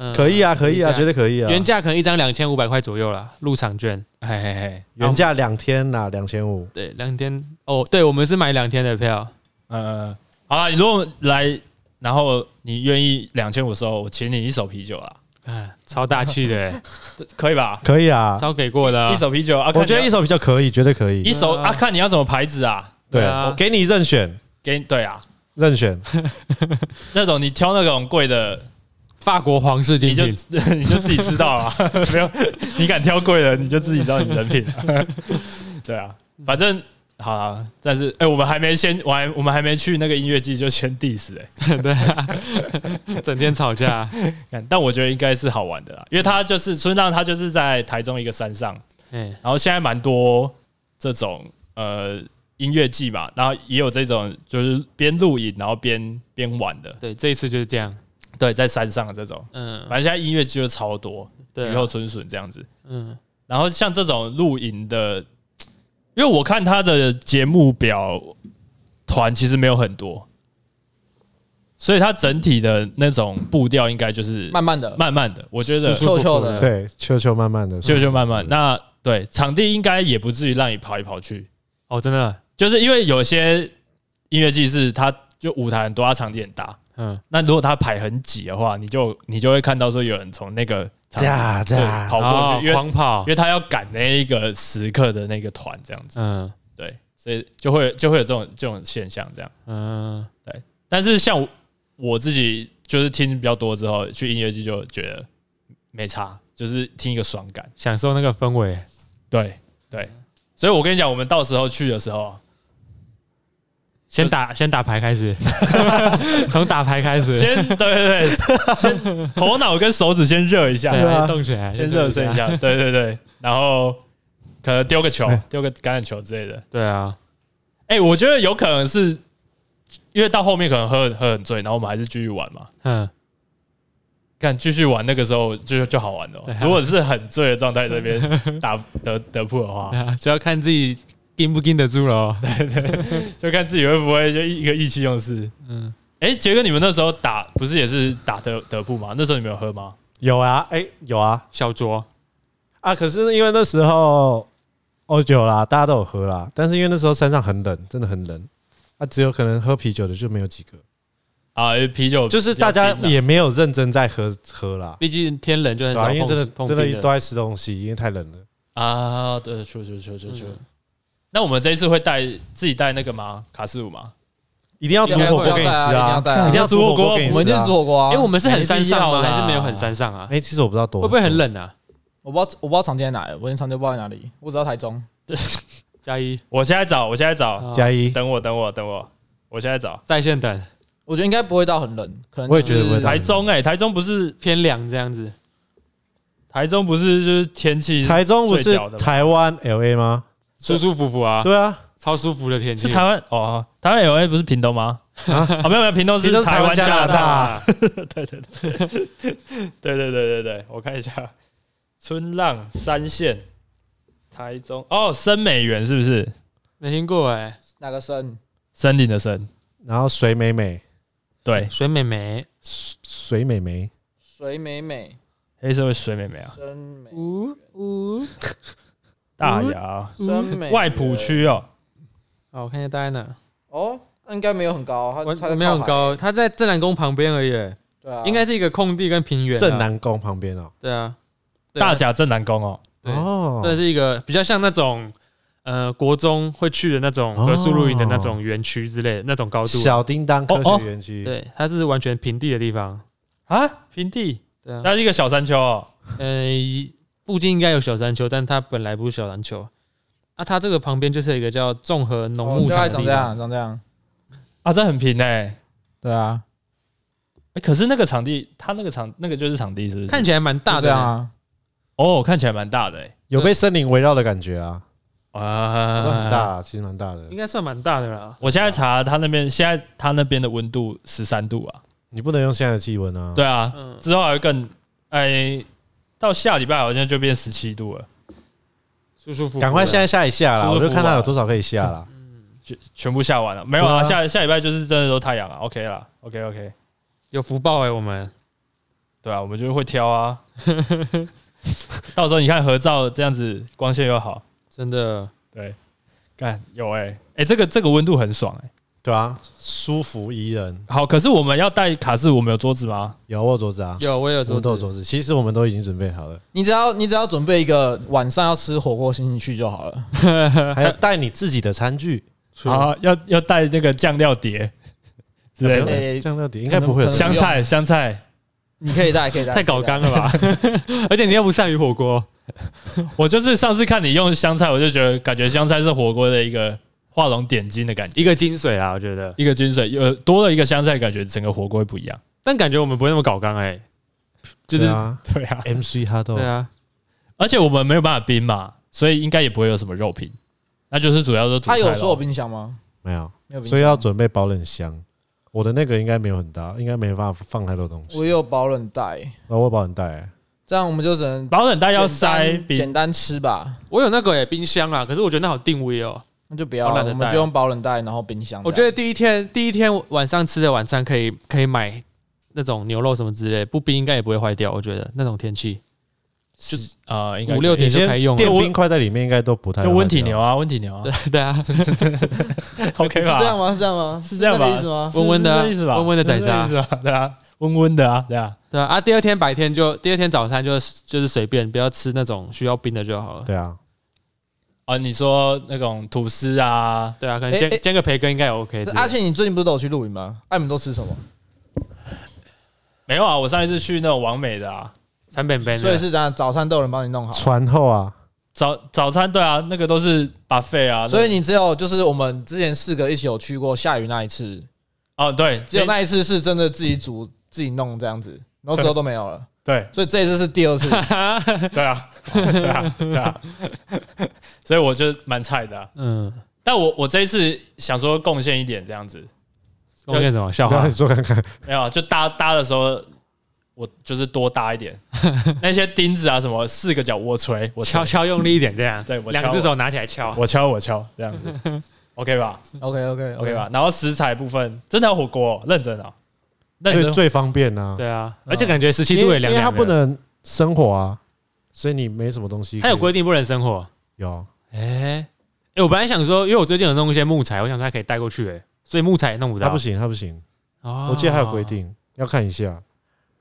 嗯可以啊，可以啊，原价绝对可以啊。原价可能一张两千五百块左右啦，入场券。嘿嘿嘿，原价两天呐，两千五。对，两天哦，对，我们是买两天的票，呃，好啦，你如果来，然后你愿意两千五时候，我请你一手啤酒啦，啊，超大气 的、欸，可以吧？可以啊，超给过的啊、一手啤酒啊，我觉得一手手比较可以，绝对可以一。手啊，看你要什么牌子啊，对对啊我给你任选，给对啊，任选。那种你挑那种贵的，法国皇室你精就品，你就 自己知道了，不用你敢挑贵的，你就自己知道你人品。 对啊，反正好啦，但是哎、我们还没先，我还我们还没去那个音乐季就先 diss 哎、 对啊， 整天吵 架，看但我觉得应该是好玩的啦，因为他就是村上，他就是在台中一个山上，嗯、然后现在蛮多这种呃音乐季嘛，然后也有这种就是边露营然后边边玩的，对，这一次就是这样，对，在山上的这种，嗯，反正现在音乐季就超多，对雨啊、后春笋这样子。嗯，然后像这种露营的，因为我看他的节目表团其实没有很多，所以他整体的那种步调应该就是慢慢的，慢慢的，我觉得舒臭臭的对对，秋秋慢慢的，就就慢慢。那对场地应该也不至于让你跑来跑去，哦，真的，就是因为有些音乐季是它就舞台很多，它场地很大。嗯，那如果它排很挤的话，你就你就会看到说有人从那个场地加对加跑过去，哦因为狂跑因，为他要赶那一个时刻的那个团这样子，嗯对，所以就会就会有这种这种现象这样。嗯，但是像我我自己就是听比较多之后，去音乐剧就觉得没差，就是听一个爽感。享受那个氛围，对对，所以我跟你讲，我们到时候去的时候，啊先打先打牌开 始，从打牌开始，先 对对对，先头脑跟手指先热一下，对对啊啊，先动起来，先热身一，下，对对对，然后可能丢个球哎，丢个橄榄球之类的。对啊，哎、我觉得有可能是因为到后面可能喝喝很醉，然后我们还是继续玩嘛。嗯，看继续玩那个时候就就好玩了、对啊如果是很醉的状态这边打得得扑的话对，啊，就要看自己禁不禁得住了哦。就看自己会不会就一个意气用事。嗯，哎，杰哥，你们那时候打不是也是打德德布吗？那时候你们有喝吗？有啊，哎、有啊小酌啊！可是因为那时候哦酒啦，大家都有喝啦，但是因为那时候山上很冷，真的很冷，啊，只有可能喝啤酒的就没有几个，啊，因为啤酒就是大家啊也没有认真在喝喝啦，毕竟天冷就很少对啊，碰因为真的碰真的冰都在吃东西，因为太冷了。啊，对，去去去去去嗯。那我们这一次会带自己带那个吗？卡式舞吗？一定要煮火锅给你要吃带啊一定啊！要带啊一定要煮火锅给你我吃啊！们就是煮火锅啊。哎、我们是很山上吗？没必要啦还是没有很山上啊？哎，其实我不知道多会不会很冷啊？我不知道我不知道常见在哪，我连常见不知道在哪里，我只知道台中。加一我现在找，我现在找，啊加一，等我，等我，等我，我现在找。在线等我觉得应该不会到很冷，可能我也觉得不会到台中哎、台中不是偏凉这样子，台中不是就是天气台中不最是屌的吗台湾 L A 吗？舒舒服服啊，对啊，超舒服的天气。是台湾哦，台湾 L A 不是屏东吗？啊，没有没有，屏东屏是东是台台湾湾加拿加拿大大。 对对对，对对对对对，我看一下，春浪三线，台中哦，森美园是不是没听过哎、哪个深？森林的森？然后水美美，对，水美眉，水美眉，水美美，黑社会水美美啊，深美呜呜，大雅深美外埔区哦，好，我看一下大概哪，哦，那应该没有很高，啊它我它在靠海没有很，高，它在正南宫旁边而已欸，对啊，应该是一个空地跟平原啊。正南宫旁边哦。对啊，对啊大甲镇南宫哦，对哦，这是一个比较像那种呃国中会去的那种哦合宿露营的那种园区之类的那种高度。啊小叮当科哦哦学园区，对，它是完全平地的地方。啊，平地，对啊，那是一个小山丘哦，呃，附近应该有小山丘，但它本来不是小山丘。啊，它这个旁边就是有一个叫综合农哦牧就场爱的长地这方，样，长这样，啊，这很平哎。对啊，欸可是那个场地，它那个场那个就是场地，是不是？看起来蛮大就这的样呢。啊，哦，看起来蛮大的哎、有被森林围绕的感觉啊，嗯啊都很大。啊，其实蛮大的应。该算蛮大的啦。我现在查它那边，现在它那边的温度十三度啊，你不能用现在的气温啊。对啊，嗯，之后还会更，哎、到下礼拜好像就变十七度了，舒舒服啊服的。嗯赶快现在下一下啦，舒服我就看啊它有多少可以下啦。全全部下完了，没有啊，对啊下下礼拜就是真的都太阳了，OK 啦，OK OK，有福报哎，我们对啊，我们就会挑啊， 到时候你看合照这样子，光线又好，真的对，干有哎、哎、这个这个温度很爽哎、对啊，舒服宜人。好，可是我们要带卡式，我们有桌子吗？有我有桌子啊，有，我也有我做们都有桌子。其实我们都已经准备好 了，你只要你只要准备一个晚上要吃火锅的心情去就好了，还要带你自己的餐具。啊，要要带那个酱料碟之类的，对酱料碟应该不会有可能香菜香菜，你可以带，可以 带，太搞纲了吧？而且你又不善于火锅， 我就是上次看你用香菜，我就觉得感觉香菜是火锅的一个画龙点睛的感觉，一个精髓啦，我觉得。一个精髓，有多了一个香菜，感觉整个火锅会不一样。但感觉我们不会那么搞纲哎，就是 对啊 对啊， MC 哈豆对，啊，而且我们没有办法冰嘛，所以应该也不会有什么肉品，那就是主要都煮他菜有说有咯。冰箱吗？没有，没有冰箱，所以要准备保冷箱。我的那个应该没有很大，应该没办法放太多东西。我也有保冷袋，然后我帮你带欸，这样我们就只能保冷袋要简单塞简冰，单吃吧，我有那个哎冰箱啊，可是我觉得那好定位哦。那就不要保冷了，的我袋们就用保冷袋，然后冰箱这样。我觉得第一天第一天晚上吃的晚餐可以可以买那种牛肉什么之类，不冰应该也不会坏掉。我觉得那种天气 就呃应该五六点你就先可以用电了。冰块在里面应该都不太就会温体坏掉牛啊，温体牛啊对对啊， ，OK 是这样吧？吗？是这样吗？是这样吧那个意思吗？温温的啊是这个意思吧？温温的宰杀是这个意思吧？对啊，温温的啊，对啊。对啊啊。第二天白天就第二天早餐就就是随便，不要吃那种需要冰的就好了。对啊，啊，你说那种吐司啊，对啊，可能诶煎、诶煎个培根应该也 OK 之类的。阿庆，你最近不是都有去露营吗？哎，你们都吃什么？没有啊，我上一次去那种完美的啊，产本本，所以是这样，早餐都有人帮你弄好，船后啊，早早餐对啊，那个都是 buffet 啊，所以那你只有就是我们之前四个一起有去过下雨那一次，哦对，只有那一次是真的自己煮自己弄这样子，然后之后都没有了，对所以这一次是第二次。对啊， 对啊，对啊，所以我就蛮菜的啊、嗯，但我我这一次想说贡献一点这样子，贡献什么笑不要 话你？说看看，没有啊，就搭搭的时候，我就是多搭一点，那些钉子啊什么四个角我锤，我敲敲，敲用力一点，这样，对我敲两只手拿起来敲。我敲，我敲，这样子，OK 吧 OK OK ？OK 吧？然后食材部分真的要火锅哦，认真啊，认最真最方便啊，对啊，而且感觉十七因度也为凉因为凉它的。不能生火啊，所以你没什么东西可它以。有规定不能生火。有哎、哎、我本来想说，因为我最近有弄一些木材，我想它可以带过去、哎，所以木材也弄不它到。不行，它不行，哦我记得还有规啊定，要看一下，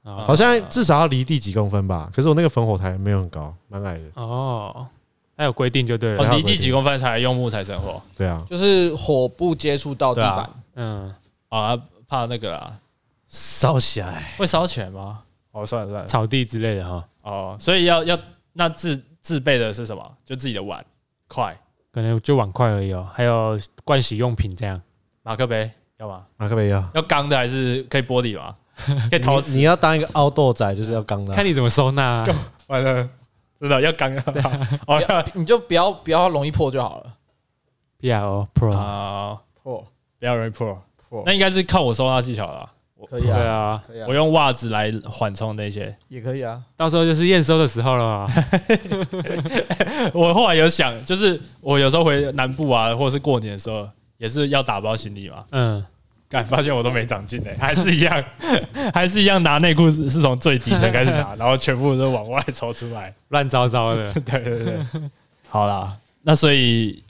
哦好像至少要离地几公分吧。可是我那个焚火台没有很高，蛮矮的。哦，它有规定就对了。哦，离地几公分才用木材生火对啊，就是火不接触到地对板啊，嗯，啊，怕那个啊烧起来，会烧钱吗？哦，算了算了，草地之类的哈，哦，所以要要那自自备的是什么？就自己的碗、筷、可能就碗筷而已哦，还有盥洗用品这样。马克杯，要吗？马克杯啊要。要钢的还是可以玻璃吗？可以陶你瓷？你要当一个凹豆仔，就是要刚的啊看。你怎么收纳、啊。完了，真的要钢的，哦 要你就不要不要容易破就好了。 P R O Pro，、啊，破不要容易破。破那应该是靠我收纳技巧了啊，可以对啊，啊，可以我啊，用袜子来缓冲那些。也可以啊。到时候就是验收的时候了啊。我后来有想，就是我有时候回南部啊，或者是过年的时候，也是要打包行李嘛。嗯，敢发现我都没长进哎、 还是一样，还是一样拿内裤是是从最底层开始拿，然后全部都往外抽出来。 乱糟糟的。对对对，好啦，那所以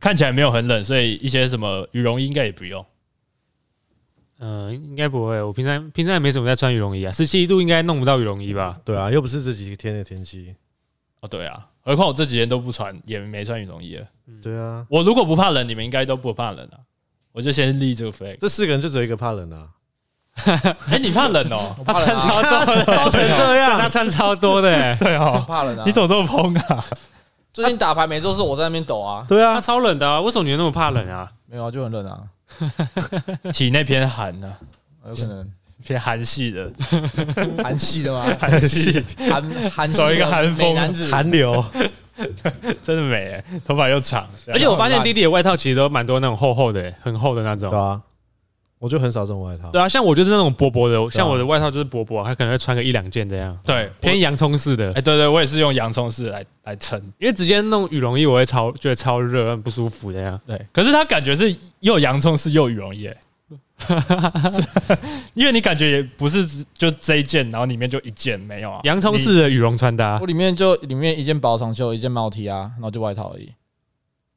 看起来没有很冷，所以一些什么羽绒衣应该也不用。嗯，应该不会。我平常平常也没什么在穿羽绒衣啊，十七度应该弄不到羽绒衣 吧？对啊，又不是这几天的天气。哦，对啊，何况我这几天都不穿，也没穿羽绒衣了。嗯对啊，我如果不怕冷，你们应该都不怕冷啊。我就先立这个 flag。这四个人就只有一个怕冷啊，哎、你怕冷哦、我怕冷啊，包成这他样，啊穿超多的、欸， 对我哦、怕冷啊。你怎么这么疯啊？最近打牌没做事，我在那边抖啊，对他啊，超冷的啊！为什么你会那么怕冷啊？没有啊，就很冷啊， 体内偏寒呢、有可能偏寒系的，韩系的吗？ 寒系 韩韩系走的一个韩风美男子，寒流，真的美、欸，头发又长，而且我发现弟弟弟的外套其实都蛮多那种厚厚的、欸很厚的那种对。啊，我就很少这种外套。对啊，像我就是那种薄薄啊的，像我的外套就是薄薄，他可能会穿个一两件这样，对偏偏洋葱式的哎、。对对，我也是用洋葱式来来撑。因为直接弄羽绒衣，我会超觉得超热，很不舒服的呀。对，可是它感觉是又洋葱式又羽绒 衣、欸，是因为你感觉也不是只就这一件，然后里面就一件没有啊，洋葱式的羽绒穿搭我里面就里面一件薄长袖，一件毛 T 啊，然后就外套而已，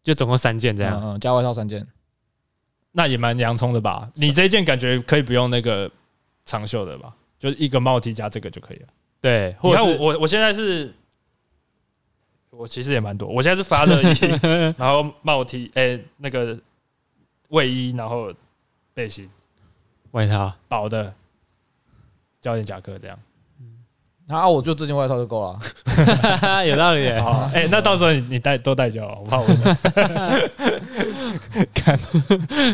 就总共三件这啊样。嗯嗯，加外套三件，那也蛮洋葱的吧？你这一件感觉可以不用那个长袖的吧？就是一个帽 T 加这个就可以了。对，你或者看我是我我现在是，我其实也蛮多，我现在是发热 衣，然后帽 T，哎、那个卫衣，然后背心外 套，薄的胶点夹克这样。然后我就这件外套就够了啊。有道理 耶。哦，哎、那到时候你你带都带就好，我怕我冷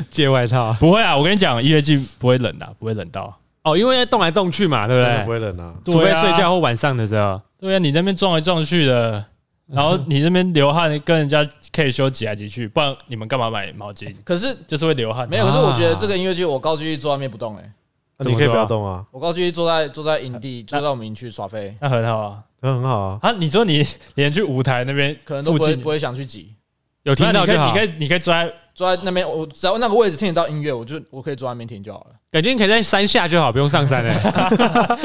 借外套不会啊。我跟你讲，一月季不会冷的、啊不会冷到。哦，因为动来动去嘛，对不真的不对？会冷啊，除对非啊睡觉或晚上的时候。对啊，你那边撞来撞去的，然后你那边流汗，跟人家可以休挤来挤去，不然你们干嘛买毛巾？可是就是会流汗。啊没有，可是我觉得这个音乐剧我高居坐在那边不动哎、那怎你么可以不说啊要动啊，我高居坐在坐在营地，坐在我们营区耍飞，那很好啊。那很好啊。啊，你说你连去舞台那边可能都附不会近，不会想去挤。有听到那你就可以，好你。可以，你可以坐在坐在那边，我只要那个位置听得到音乐，我就我可以坐在那边听就好了。感觉你可以在山下就好，不用上山了。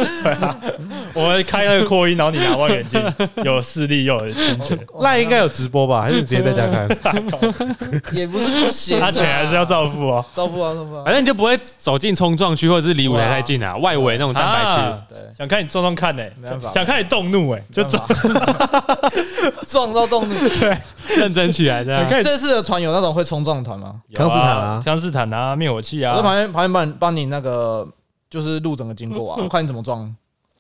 我开那个扩音，然后你拿望远镜，有视力又有听觉，我那应该有直播吧？还是你直接在家 看？也不是不行啊，他钱还是要照付哦。照付啊，照付啊反。 正你就不会走进冲撞区，或者是离舞台太近啊，外围那种蛋白区。啊对，想看你撞撞看呢、没办法想看你动怒哎、就没撞办法 撞到动物。认真起来这 想看样。你这次的团有那种会冲撞的团吗？有康斯坦啊康斯坦啊，灭火器啊，我在旁边旁边帮你帮你那个就是路整个经过啊， 我看你怎么撞，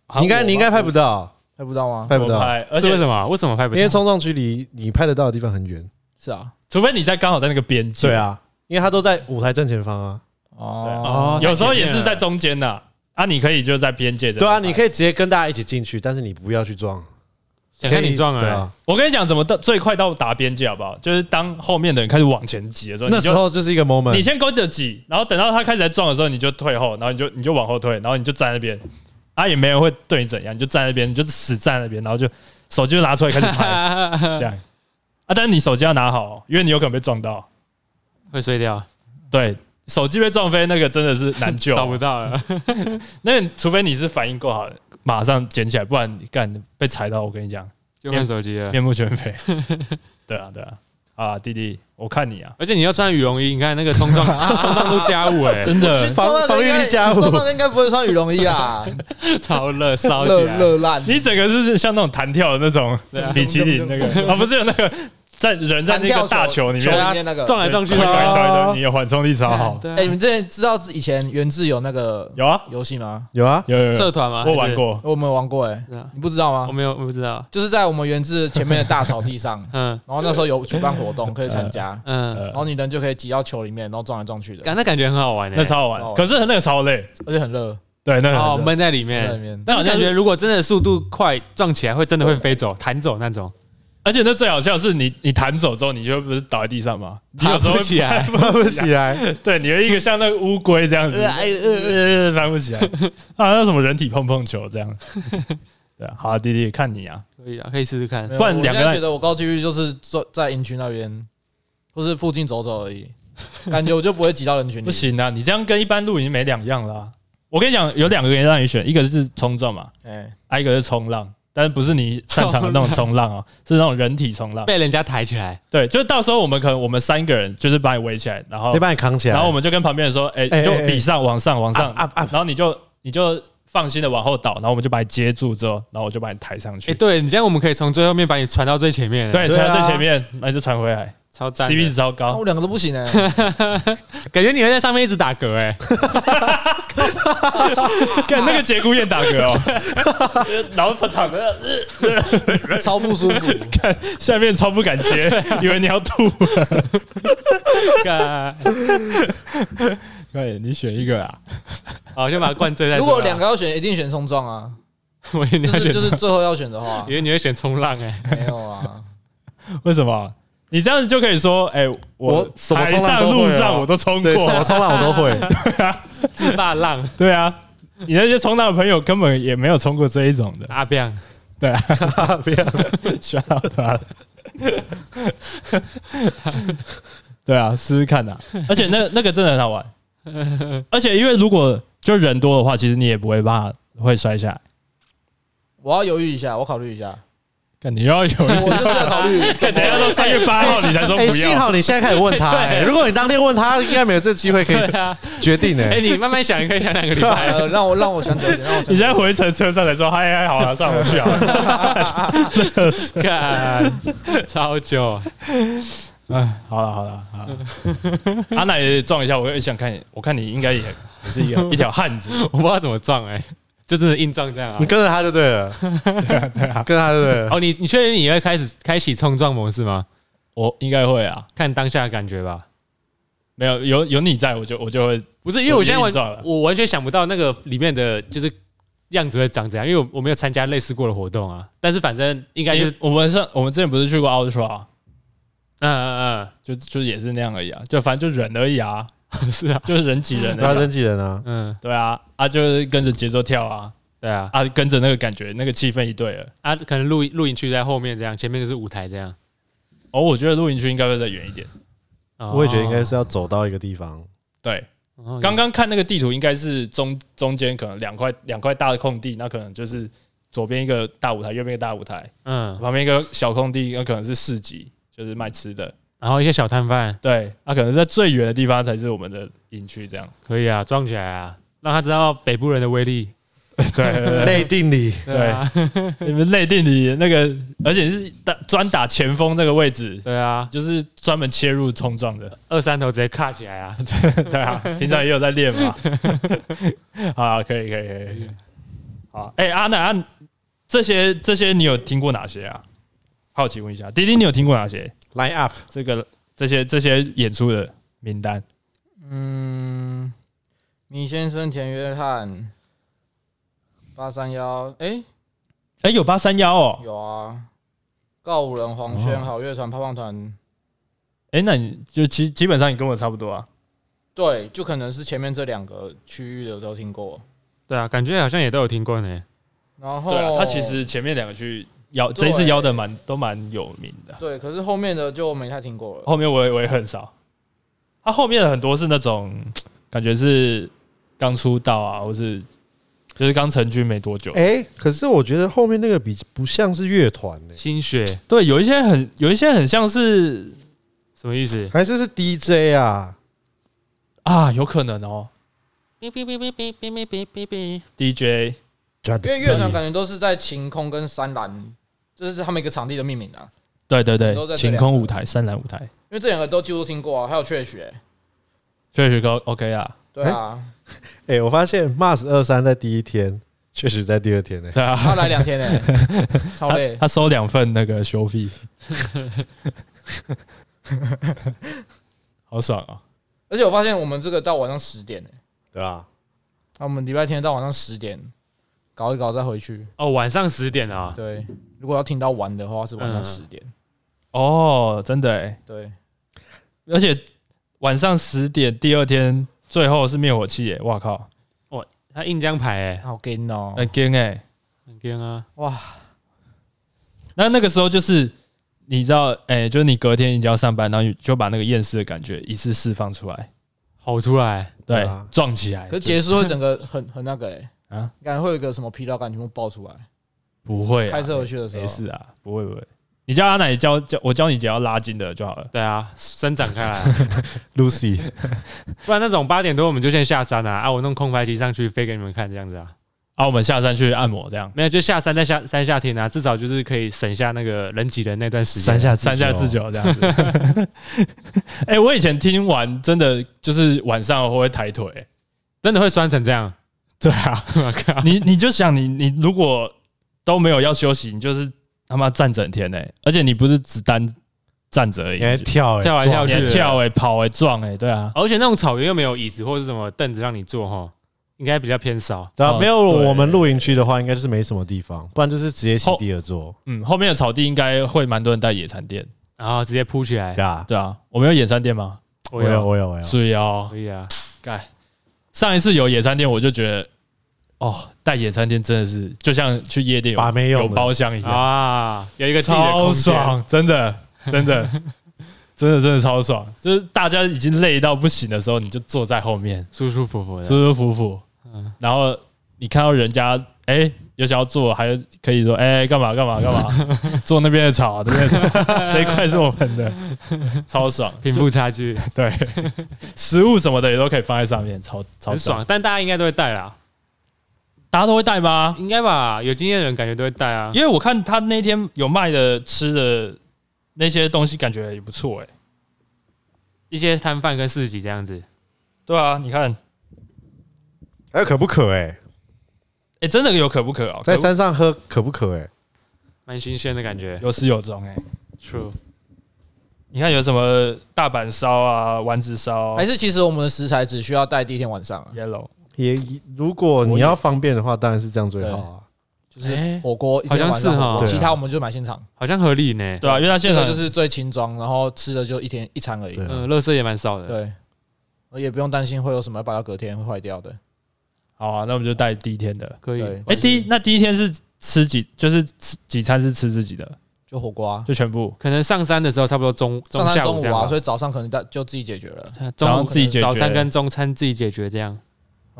啊你应该你应该拍不到，还不知道吗？拍不到我，拍而是为且什么？为什么拍不因到为？冲撞区离你拍得到的地方很远。是啊，除非你在刚好在那个边界，对，啊，因为他都在舞台正前方啊。哦哦，有时候也是在中间呐。啊，你可以就在边界这边对啊，拍你可以直接跟大家一起进去，但是你不要去撞。想看你撞对啊啊！我跟你讲，怎么到最快到达边界好不好？就是当后面的人开始往前挤的时候，那你就时候就是一个 moment，你先跟着挤，然后等到他开始在撞的时候，你就退后，然后你就你就往后退，然后你就站在那边，啊，也没人会对你怎样，你就站在那边，你就是死站在那边，然后就手机就拿出来开始 拍这样。啊，但是你手机要拿好哦，因为你有可能被撞到。 会碎掉，对，手机被撞飞那个真的是难 救，啊找不到了。那除非你是反应够好，马上捡起来，不然你干被踩到，我跟你讲，就换手 机了。面目全非。 对啊，对啊，啊，弟弟，我看 你啊，而且你要穿羽绒衣，你看那个冲撞冲撞都加五哎，真的防防御力加五撞到的应该不会穿羽绒衣 啦，超热烧热起来。热烂。你整个是像那种弹跳的那种米其林那个啊，不是有那个在人在那个大球里球面里面那个。撞来撞去对对对对啊对，你有缓冲力超好，对啊哎，你们之前知道以前原志有那个有啊，游戏吗？有啊，有有社有，团吗？我玩过，我们玩过哎还是，对啊，你不知道我吗？没有，我不知道。就是在我们原志前面的大草地 上，嗯然后那时候有举办活动可以参加，嗯，呃然后你人就可以挤到球里面，然后撞来撞去的，感那感觉很好玩那诶，超超好好玩，玩可是那个超累，而且很热，对，那个哦很累闷在里在里面。面。那我感觉如果真的速度快，撞起来会真的会飞走、弹走那种，而且那最好笑的是你你弹走之后，你就不是倒在地上吗？你爬有时候不会起来，爬 不起来，对，你有一个像那个乌龟这样呃子，哎 翻不起来，啊，那什么人体碰碰球这 样，对啊，好啊，弟弟看你啊，可以啊，可以试试看没。有不然我两个现在人觉得我高几率就是坐在营区那边，或是附近走走而 已，感觉我就不会挤到嗯人群里。不，行啊，你这样跟一般露营没两样啦。我跟你讲，有两个可以让你选，一个是冲撞嘛，哎，啊，一个是冲浪，但是不是你擅长的那种冲浪 哦，是那种人体冲浪。被人家抬起来，对，就是到时候我们可能我们三个人就是把你围起来，然后得 把你扛起来。然后我们就跟旁边人说，哎，哎就哎啊哎比上往上往上 Up, up, up 然后你就你就放心的往后倒，然后我们就把你接住之后，然后我就把你抬上哎，去，对你这样我们可以从最后面把你传到最前面，，对，对传啊到最前面，然后就传回来超赞的。 ，CP 值超那高我。两个都不行 哎，感觉你会在上面一直打嗝 哎，看那个节骨眼打嗝哦， 然后躺着超不舒服。下面超不敢 接，啊以为你要吐。 干对，你选一个啊。好，先把它灌醉再如说啊。果两个要选，一定选冲撞啊，我一定就要是选就，是最后要选的话 以，为你会选冲浪哎，没有啊，为什么？你这样子就可以说，哎、我我什么海冲上浪都会路啊上我都冲对什么过，冲浪我都会，自霸浪对啊。你那些冲浪的朋友根本也没有冲过这一种的，阿彪，对啊，不要笑他。对啊，试试看呐、而且那那个真的很好玩，而且因为如果就人多的话，其实你也不会怕会摔下来。我要犹豫一下，我考虑一下，看你又要有一，我就是要考 虑。看等一下到三月八 号你才说哎，不幸要，好你现在开始问 他，哎如果你当天问他，应该没有这个机会可以啊，决定哎，哎。你慢慢想，你可以想两个礼拜。呃，让我让我想久一点，让我想久你一现在点。回程车上才说嗨嗨好了、上我去啊。 干，超久，哎，好了好了，好了阿奶也撞一下，我也想看你，我看你应该也也是一个一条汉子，我不知道怎么撞哎、就真的硬撞这样啊你。跟着他就对 了，啊跟着他就对了。哦，你你确定你会开始开启冲撞模式吗？我应该会啊，看当下的感觉吧。没有有有你在我就我就会，不是，因为我现在我已经硬撞了完我完全想不到那个里面的就是样子会长怎样，因为我我没有参加类似过的活动啊。但是反正应该就是因为我们上我们之前不是去过 Ultra，哎嗯嗯就就也是那样而已啊，就反正就人而已啊，嗯，是啊，就是人挤人不要的，人挤人啊！嗯，对啊啊，就是跟着节奏跳啊对啊，啊，跟着那个感觉那个气氛一对了。啊，可能录录影区在后面这样，前面就是舞台这样。哦，我觉得露营区应该会再远一点，哦我也觉得应该是要走到一个地方，对，哦刚刚看那个地图，应该是中中间可能两块两块大的空地，那可能就是左边一个大舞台，右边一个大舞台，嗯，旁边一个小空地，那可能是市集，就是卖吃的。然后一些小摊贩对，那、可能在最远的地方才是我们的营区，这样。可以啊，撞起来啊，让他知道北部人的威力。对 对内定里对啊，对，你们内定里 那个，而且是打专打前锋那个位置，对啊，就是专门切入冲撞 的。二三头直接卡起来啊！对啊，平常也有在练嘛。好啊，可以可以可以可以。好，哎、阿南，啊这些这些你有听过哪些啊？好奇问一下，迪迪，你有听过哪些？ line up 这个这些这些演出的名单？嗯，米先生、田约翰、八三幺，哎，哎、有八三幺哦。有啊，告五人、黄轩、好乐团、胖胖团，哎、那你就基基本上你跟我差不多啊。对，就可能是前面这两个区域的都听过。对啊，感觉好像也都有听过呢。然后对啊，他其实前面两个去邀，这一次邀的蛮都蛮有名的。对，可是后面的就没太听过了。后面我也我也很少。他后面的很多是那种感觉是刚出道啊，或是就是刚成军没多久。哎、可是我觉得后面那个比不像是乐团呢，心血对，有一些很有一些很像是什么意思？还是是 DJ 啊？啊，有可能哦哔哔哔哔哔哔哔哔哔。 ，DJ 因为乐团感觉都是在晴空跟山岚，这是他们一个场地的命名啊。对对都在对，这晴两空个舞台、深蓝舞台，因为这两个都几乎都听过啊，还有确实、欸，确实高 OK 啊，对啊，哎、我发现 Mars 二三在第一天，确实在第二天呢、对啊，他来两天呢、 欸，超他累。他收两份那个 修费，好爽啊！而且我发现我们这个到晚上十点呢、对啊吧？那我们礼拜天到晚上十点搞一搞再回去。哦，晚上十点啊，对，如果要听到晚的话是晚上嗯十点。哦，真的哎，对，而且晚上十点，第二天最后是灭火器耶！哇靠，他硬江牌好 g 哦、很惊哎！哎，很硬啊。哇，那那个时候就是你知道，哎、就是你隔天你就要上班，然后你就把那个厌世的感觉一次释放出来，吼出来，对，对啊撞起来。可是结束会整个很很那个哎、啊，感觉会有一个什么疲劳感全部爆出来。不会、啊，开车回去的时候没，事啊，不会不会。你叫阿奶教教我教你只要拉筋的就好了。对 啊，伸展开来， ，Lucy，不然那种八点多我们就先下山啊，啊，我弄空白机上去飞给你们看这样子啊，啊，我们下山去按摩，这样没有就下山再下山下听啊，至少就是可以省下那个人挤人那段时间啊。三下自久这样子。 哎、我以前听完真的就是晚上我会抬腿、 真的会酸成这样，对啊，我 靠！你你就想你你如果都没有要休息，你就是他妈站整天呢、欸而且你不是只单站着而已你，还跳、欸、跳来跳你去还的，跳哎、跑哎、撞哎、对啊，而且那种草原又没有椅子或是什么凳子让你坐哈，应该比较偏少。对啊，哦没有对我们露营区的话，应该就是没什么地方，不然就是直接席后地而坐，嗯，后面的草地应该会蛮多人带野餐垫，然后直接扑起来对。啊。对啊，我们有野餐垫吗？我有有，我有我有，所以哦可，以啊。上一次有野餐垫，我就觉得哦，带野餐垫真的是就像去夜店把有妹用有的包厢一样，啊，有一个自己的空超间，爽，真的，真的，真的，真的超爽。就是大家已经累到不行的时候，你就坐在后面，舒舒服服的。舒舒服服嗯，然后你看到人家哎、有想要做，还有可以说哎、干嘛干嘛 干嘛，坐那边的草，这边的草，这一块是我们的，超爽，贫富差距对，食物什么的也都可以放在上面，超超很爽，，但大家应该都会带啦，大家都会带吗？应该吧？有经验的人感觉都会带啊。因为我看他那天有卖的吃的那些东西，感觉也不错哎、一些摊贩跟市集这样子，对啊，你看，还有可不可、欸？哎，哎、真的有可不可哦、在可不山上喝可不可、欸？哎，蛮新鲜的感觉。有始有终哎、 True，你看有什么大阪烧啊、丸子烧、还是其实我们的食材只需要带第一天晚上啊， yellow，也如果你要方便的话，当然是这样最好啊。就是哎火锅一好天像晚上是哈火锅，对啊其他我们就买现场。好像合理呢。对啊，因为他这现个在就是最轻装，然后吃的就一天一餐而已。对嗯，乐色也蛮少的。对，我也不用担心会有什么摆到隔天会坏掉的。好啊，那我们就带第一天的。可以。对，哎、就是第一那第一天是吃几，就是吃几餐是吃自己的，就火锅啊，就全部，可能上山的时候差不多中上中山下中午这午样啊，吧所，以早上可能大就自己解决了，然中后午自己解决。早餐跟中餐自己解决这样。嗯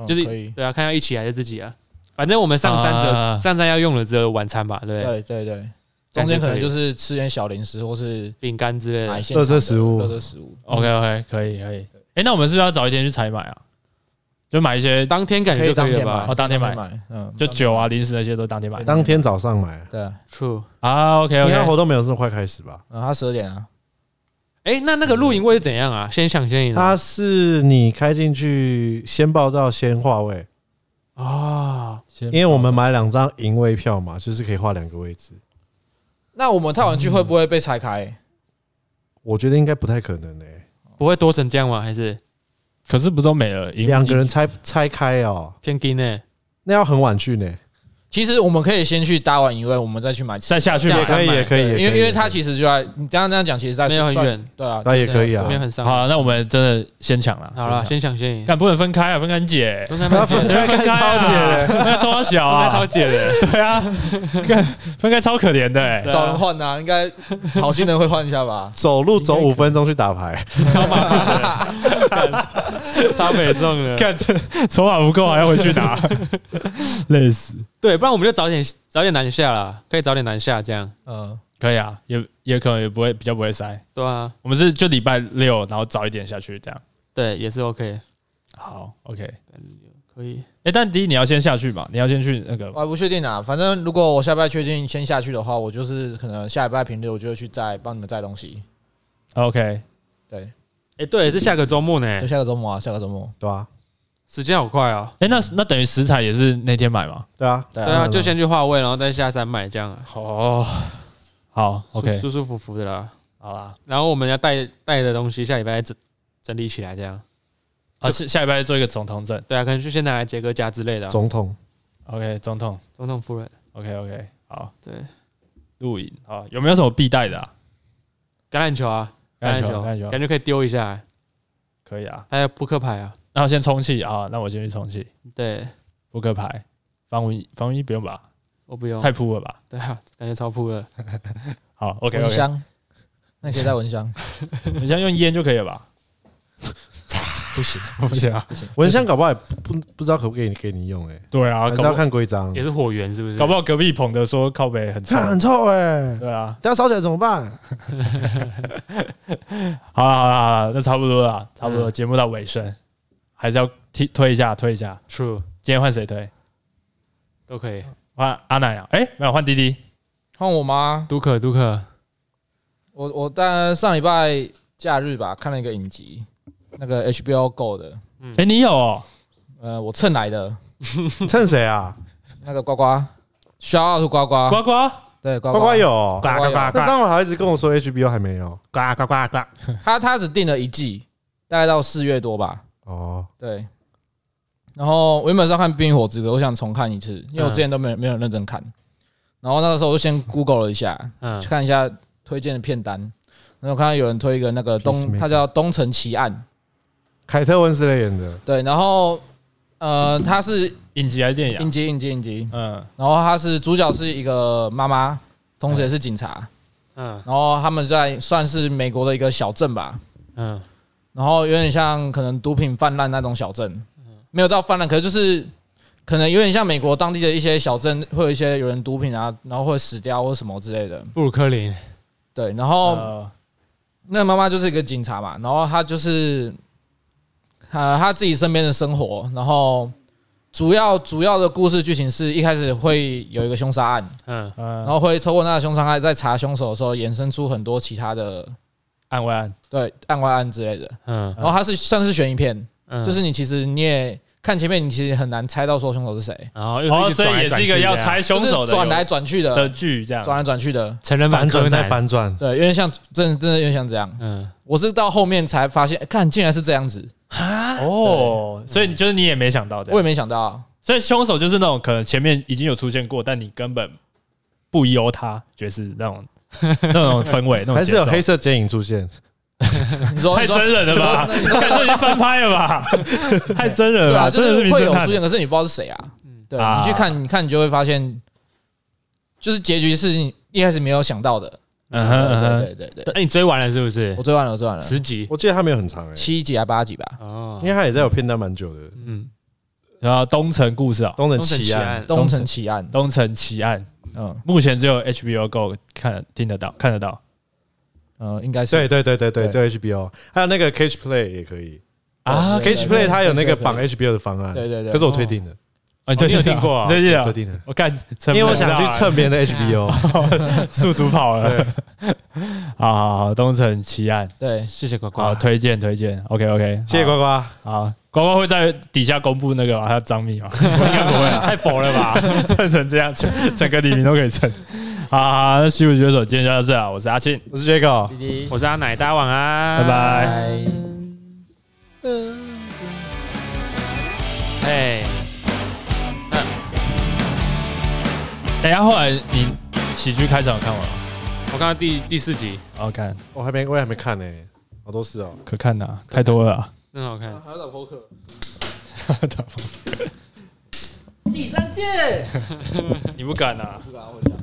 就是可以。对啊，看要一起还是自己啊？反正我们上山只有、啊上山要用的只有晚餐吧，对不对？对对对，这样中间可就可以能了就是吃点小零食，或是饼干之类买的。现场垃圾食物热的食物。 OK OK 可以可以。哎、那我们是不是要早一天去采买啊？就买一些当天感可觉就以可当以了天吧买，哦当天买买，嗯，就酒啊、零食那些都当天买对当天早上买，对，嗯， ？True。啊。OK 应该 OK，活动没有这么快开始吧？他十二点啊，哎，那那个露营位是怎样啊？先想先赢啊它是你开进去先报到先画位，啊！因为我们买两张营位票嘛，就是可以画两个位置。那我们太晚去会不会被拆嗯开？我觉得应该不太可能诶、不会多成这样吗？还是可是不都没了？赢两个人拆拆开哦、偏低呢？那要很晚去呢、其实我们可以先去搭完一位，我们再去买吃的。再下去下也买。可以，也可以，也可以因为因为它其实就在你刚刚那样讲，其实在没有很算，远对啊，那也可以啊没。有很伤。好，那我们真的先抢了。好了，先想先赢。但不能分开啊，分开很解，分开蛮分解开。的，分开 啊，分开超小分啊，开超解的。对啊，看分开超可怜的哎、找人换啊，应该好心人会换一下吧 走路走五分钟去打牌，超北宋的。看这筹码不够还要回去拿，累死。对，不然我们就早点早点南下啦，可以早点南下这样。嗯，可以啊，也也可能也不会比较不会塞。对啊，我们是就礼拜六，然后早一点下去这样。对，也是 OK，好，OK。哎、可以。但第一你要先下去吧，你要先去那个我还不确定啊，反正如果我下礼拜确定先下去的话，我就是可能下礼拜平日我就会去载帮你们载东西。 OK。对，哎，对，是下个周末呢就，下个周末啊，下个周末。对啊，时间好快哦。哎、那那等于食材也是那天买吗？对啊，对对啊，嗯啊，就先去化位，然后再下山买这样啊，哦，好舒，OK，舒舒服服的啦。好啦。然后我们要带带的东西，下礼拜整整理起来这样。啊，下下礼拜做一个总统证对啊，可能就先拿来杰哥家之类的啊。总统，OK，总统总统夫人， ，OK，OK，、好，对，露营啊，好有没有什么必带的啊？橄榄球啊，橄橄榄榄球，橄榄球，球感觉可以丢一下。可以啊。还有扑克牌啊，那我先充气啊，那我先去充气。对，扑克牌、防蚊衣、防蚊衣不用吧？我不用太。扑了吧？对啊，感觉超扑了。好，OK 蚊 OK，香，那可以带蚊香，蚊香用烟就可以了吧？不行，不行啊，蚊香搞不好也不不不知道可不可以给你用哎，对啊，还是搞要不看规章也。是火源是不是？搞不好隔壁捧的说靠北很臭 看，很臭哎，对啊，等下烧起来怎 么办？好了好了好了，那差不多了，差不多嗯节目到尾声，还是要推推一下推一下。 true 今天换谁推？都可以。换阿奶啊？哎，没有换滴滴，换我吗？都可都可，我我当上礼拜假日吧，看了一个影集，那个 HBO Go 的，哎，你有哦，呃，我蹭来的趁谁啊？那个呱呱，需要是呱呱，呱呱对呱呱呱有 哦呱呱呱那张伟豪一直跟我说 HBO 还没有呱呱呱呱，他他只订了一季，大概到四月多吧。哦，对。然后我原本是要看《冰与火之歌》，我想重看一次，因为我之前都嗯没有没有认真看。然后那个时候我就先 Google 了一下，嗯去看一下推荐的片单。然后我看到有人推一个那个 Peacemaker 东，它叫《东城奇案》。凯特温斯雷演的，对，然后呃，它是影集还是电影影啊？集，影集，影集。嗯，然后它是主角是一个妈妈，同时也是警察。嗯然后他们在算是美国的一个小镇吧，嗯，然后有点像可能毒品泛滥那种小镇，没有到泛滥，可是就是可能有点像美国当地的一些小镇，会有一些有人毒品啊，然后会死掉或什么之类的。布鲁克林，对，然后呃那个妈妈就是一个警察嘛，然后她就是呃她自己身边的生活，然后主要主要的故事剧情是一开始会有一个凶杀案，嗯然嗯，后会透过那个凶杀案在查凶手的时候，衍生出很多其他的按慰按，对案外案之类的。嗯然后它是算是悬疑片，嗯，就是你其实你也看前面，你其实很难猜到说凶手是谁，然后哦，所以也是一个要猜凶手就是的转来转去的的，剧这样。转来转去的，成人版反转柯再南，反转，对，有点像真的真的有点像这样。嗯，我是到后面才发现，看竟然是这样子，哦，所以你就是你也没想到这我也样，没想到啊。所以凶手就是那种可能前面已经有出现过，但你根本不忧他，就是那种 那种氛围，那种还是有节奏黑色剪影出现，你说太你说真人了吧？感觉已经翻拍了吧？太真人了对吧，啊，就真的是是名会侦有探欸出现，可是你不知道是谁啊。对啊你去看，你看你就会发现，就是结局是你一开始没有想到的。嗯哼嗯哼，对对对对哎对，那你追完了是不是我？追完了，我追完了，十集我记得他没有很长哎，七集还八集吧，哦因，为他也在我片单蛮久的，嗯，然后《东城故事》啊，《东城东城奇奇案，案，东城奇案》。东城奇案》嗯目前只有 HBO Go 看听得到，看得到嗯，应该是对对对对对，对只有 HBO，还有那个 Cage Play 也可以啊。对对，Cage Play 它有那个绑对 HBO 的方案，对对对可是我退订了，啊，哦对，你有听过啊对退对，订了，我看，因因为我想啊去蹭别人的 HBO， 宿主跑了。好好好，《东城奇案》对，啊谢谢呱好，呱，推荐推荐，OK OK， 谢谢呱呱，好，呱呱啊会在底下公布那个吗他的账密吗？应该不会，啊 太薄了吧？蹭成这样，全整个黎明都可以蹭。好好，好那西武选手今天就到这啊，我是阿庆，我是 Jago，滴滴我是阿奶，大家晚安，拜拜拜。哎。等一下后来哎你喜剧开场有看完了？我看到第第四集，好看，我还没我也还没看呢、好多事哦、可看的、太多了、 啊。真好看。还要打 poker。 第三届，你不敢啊？啊不敢，我讲。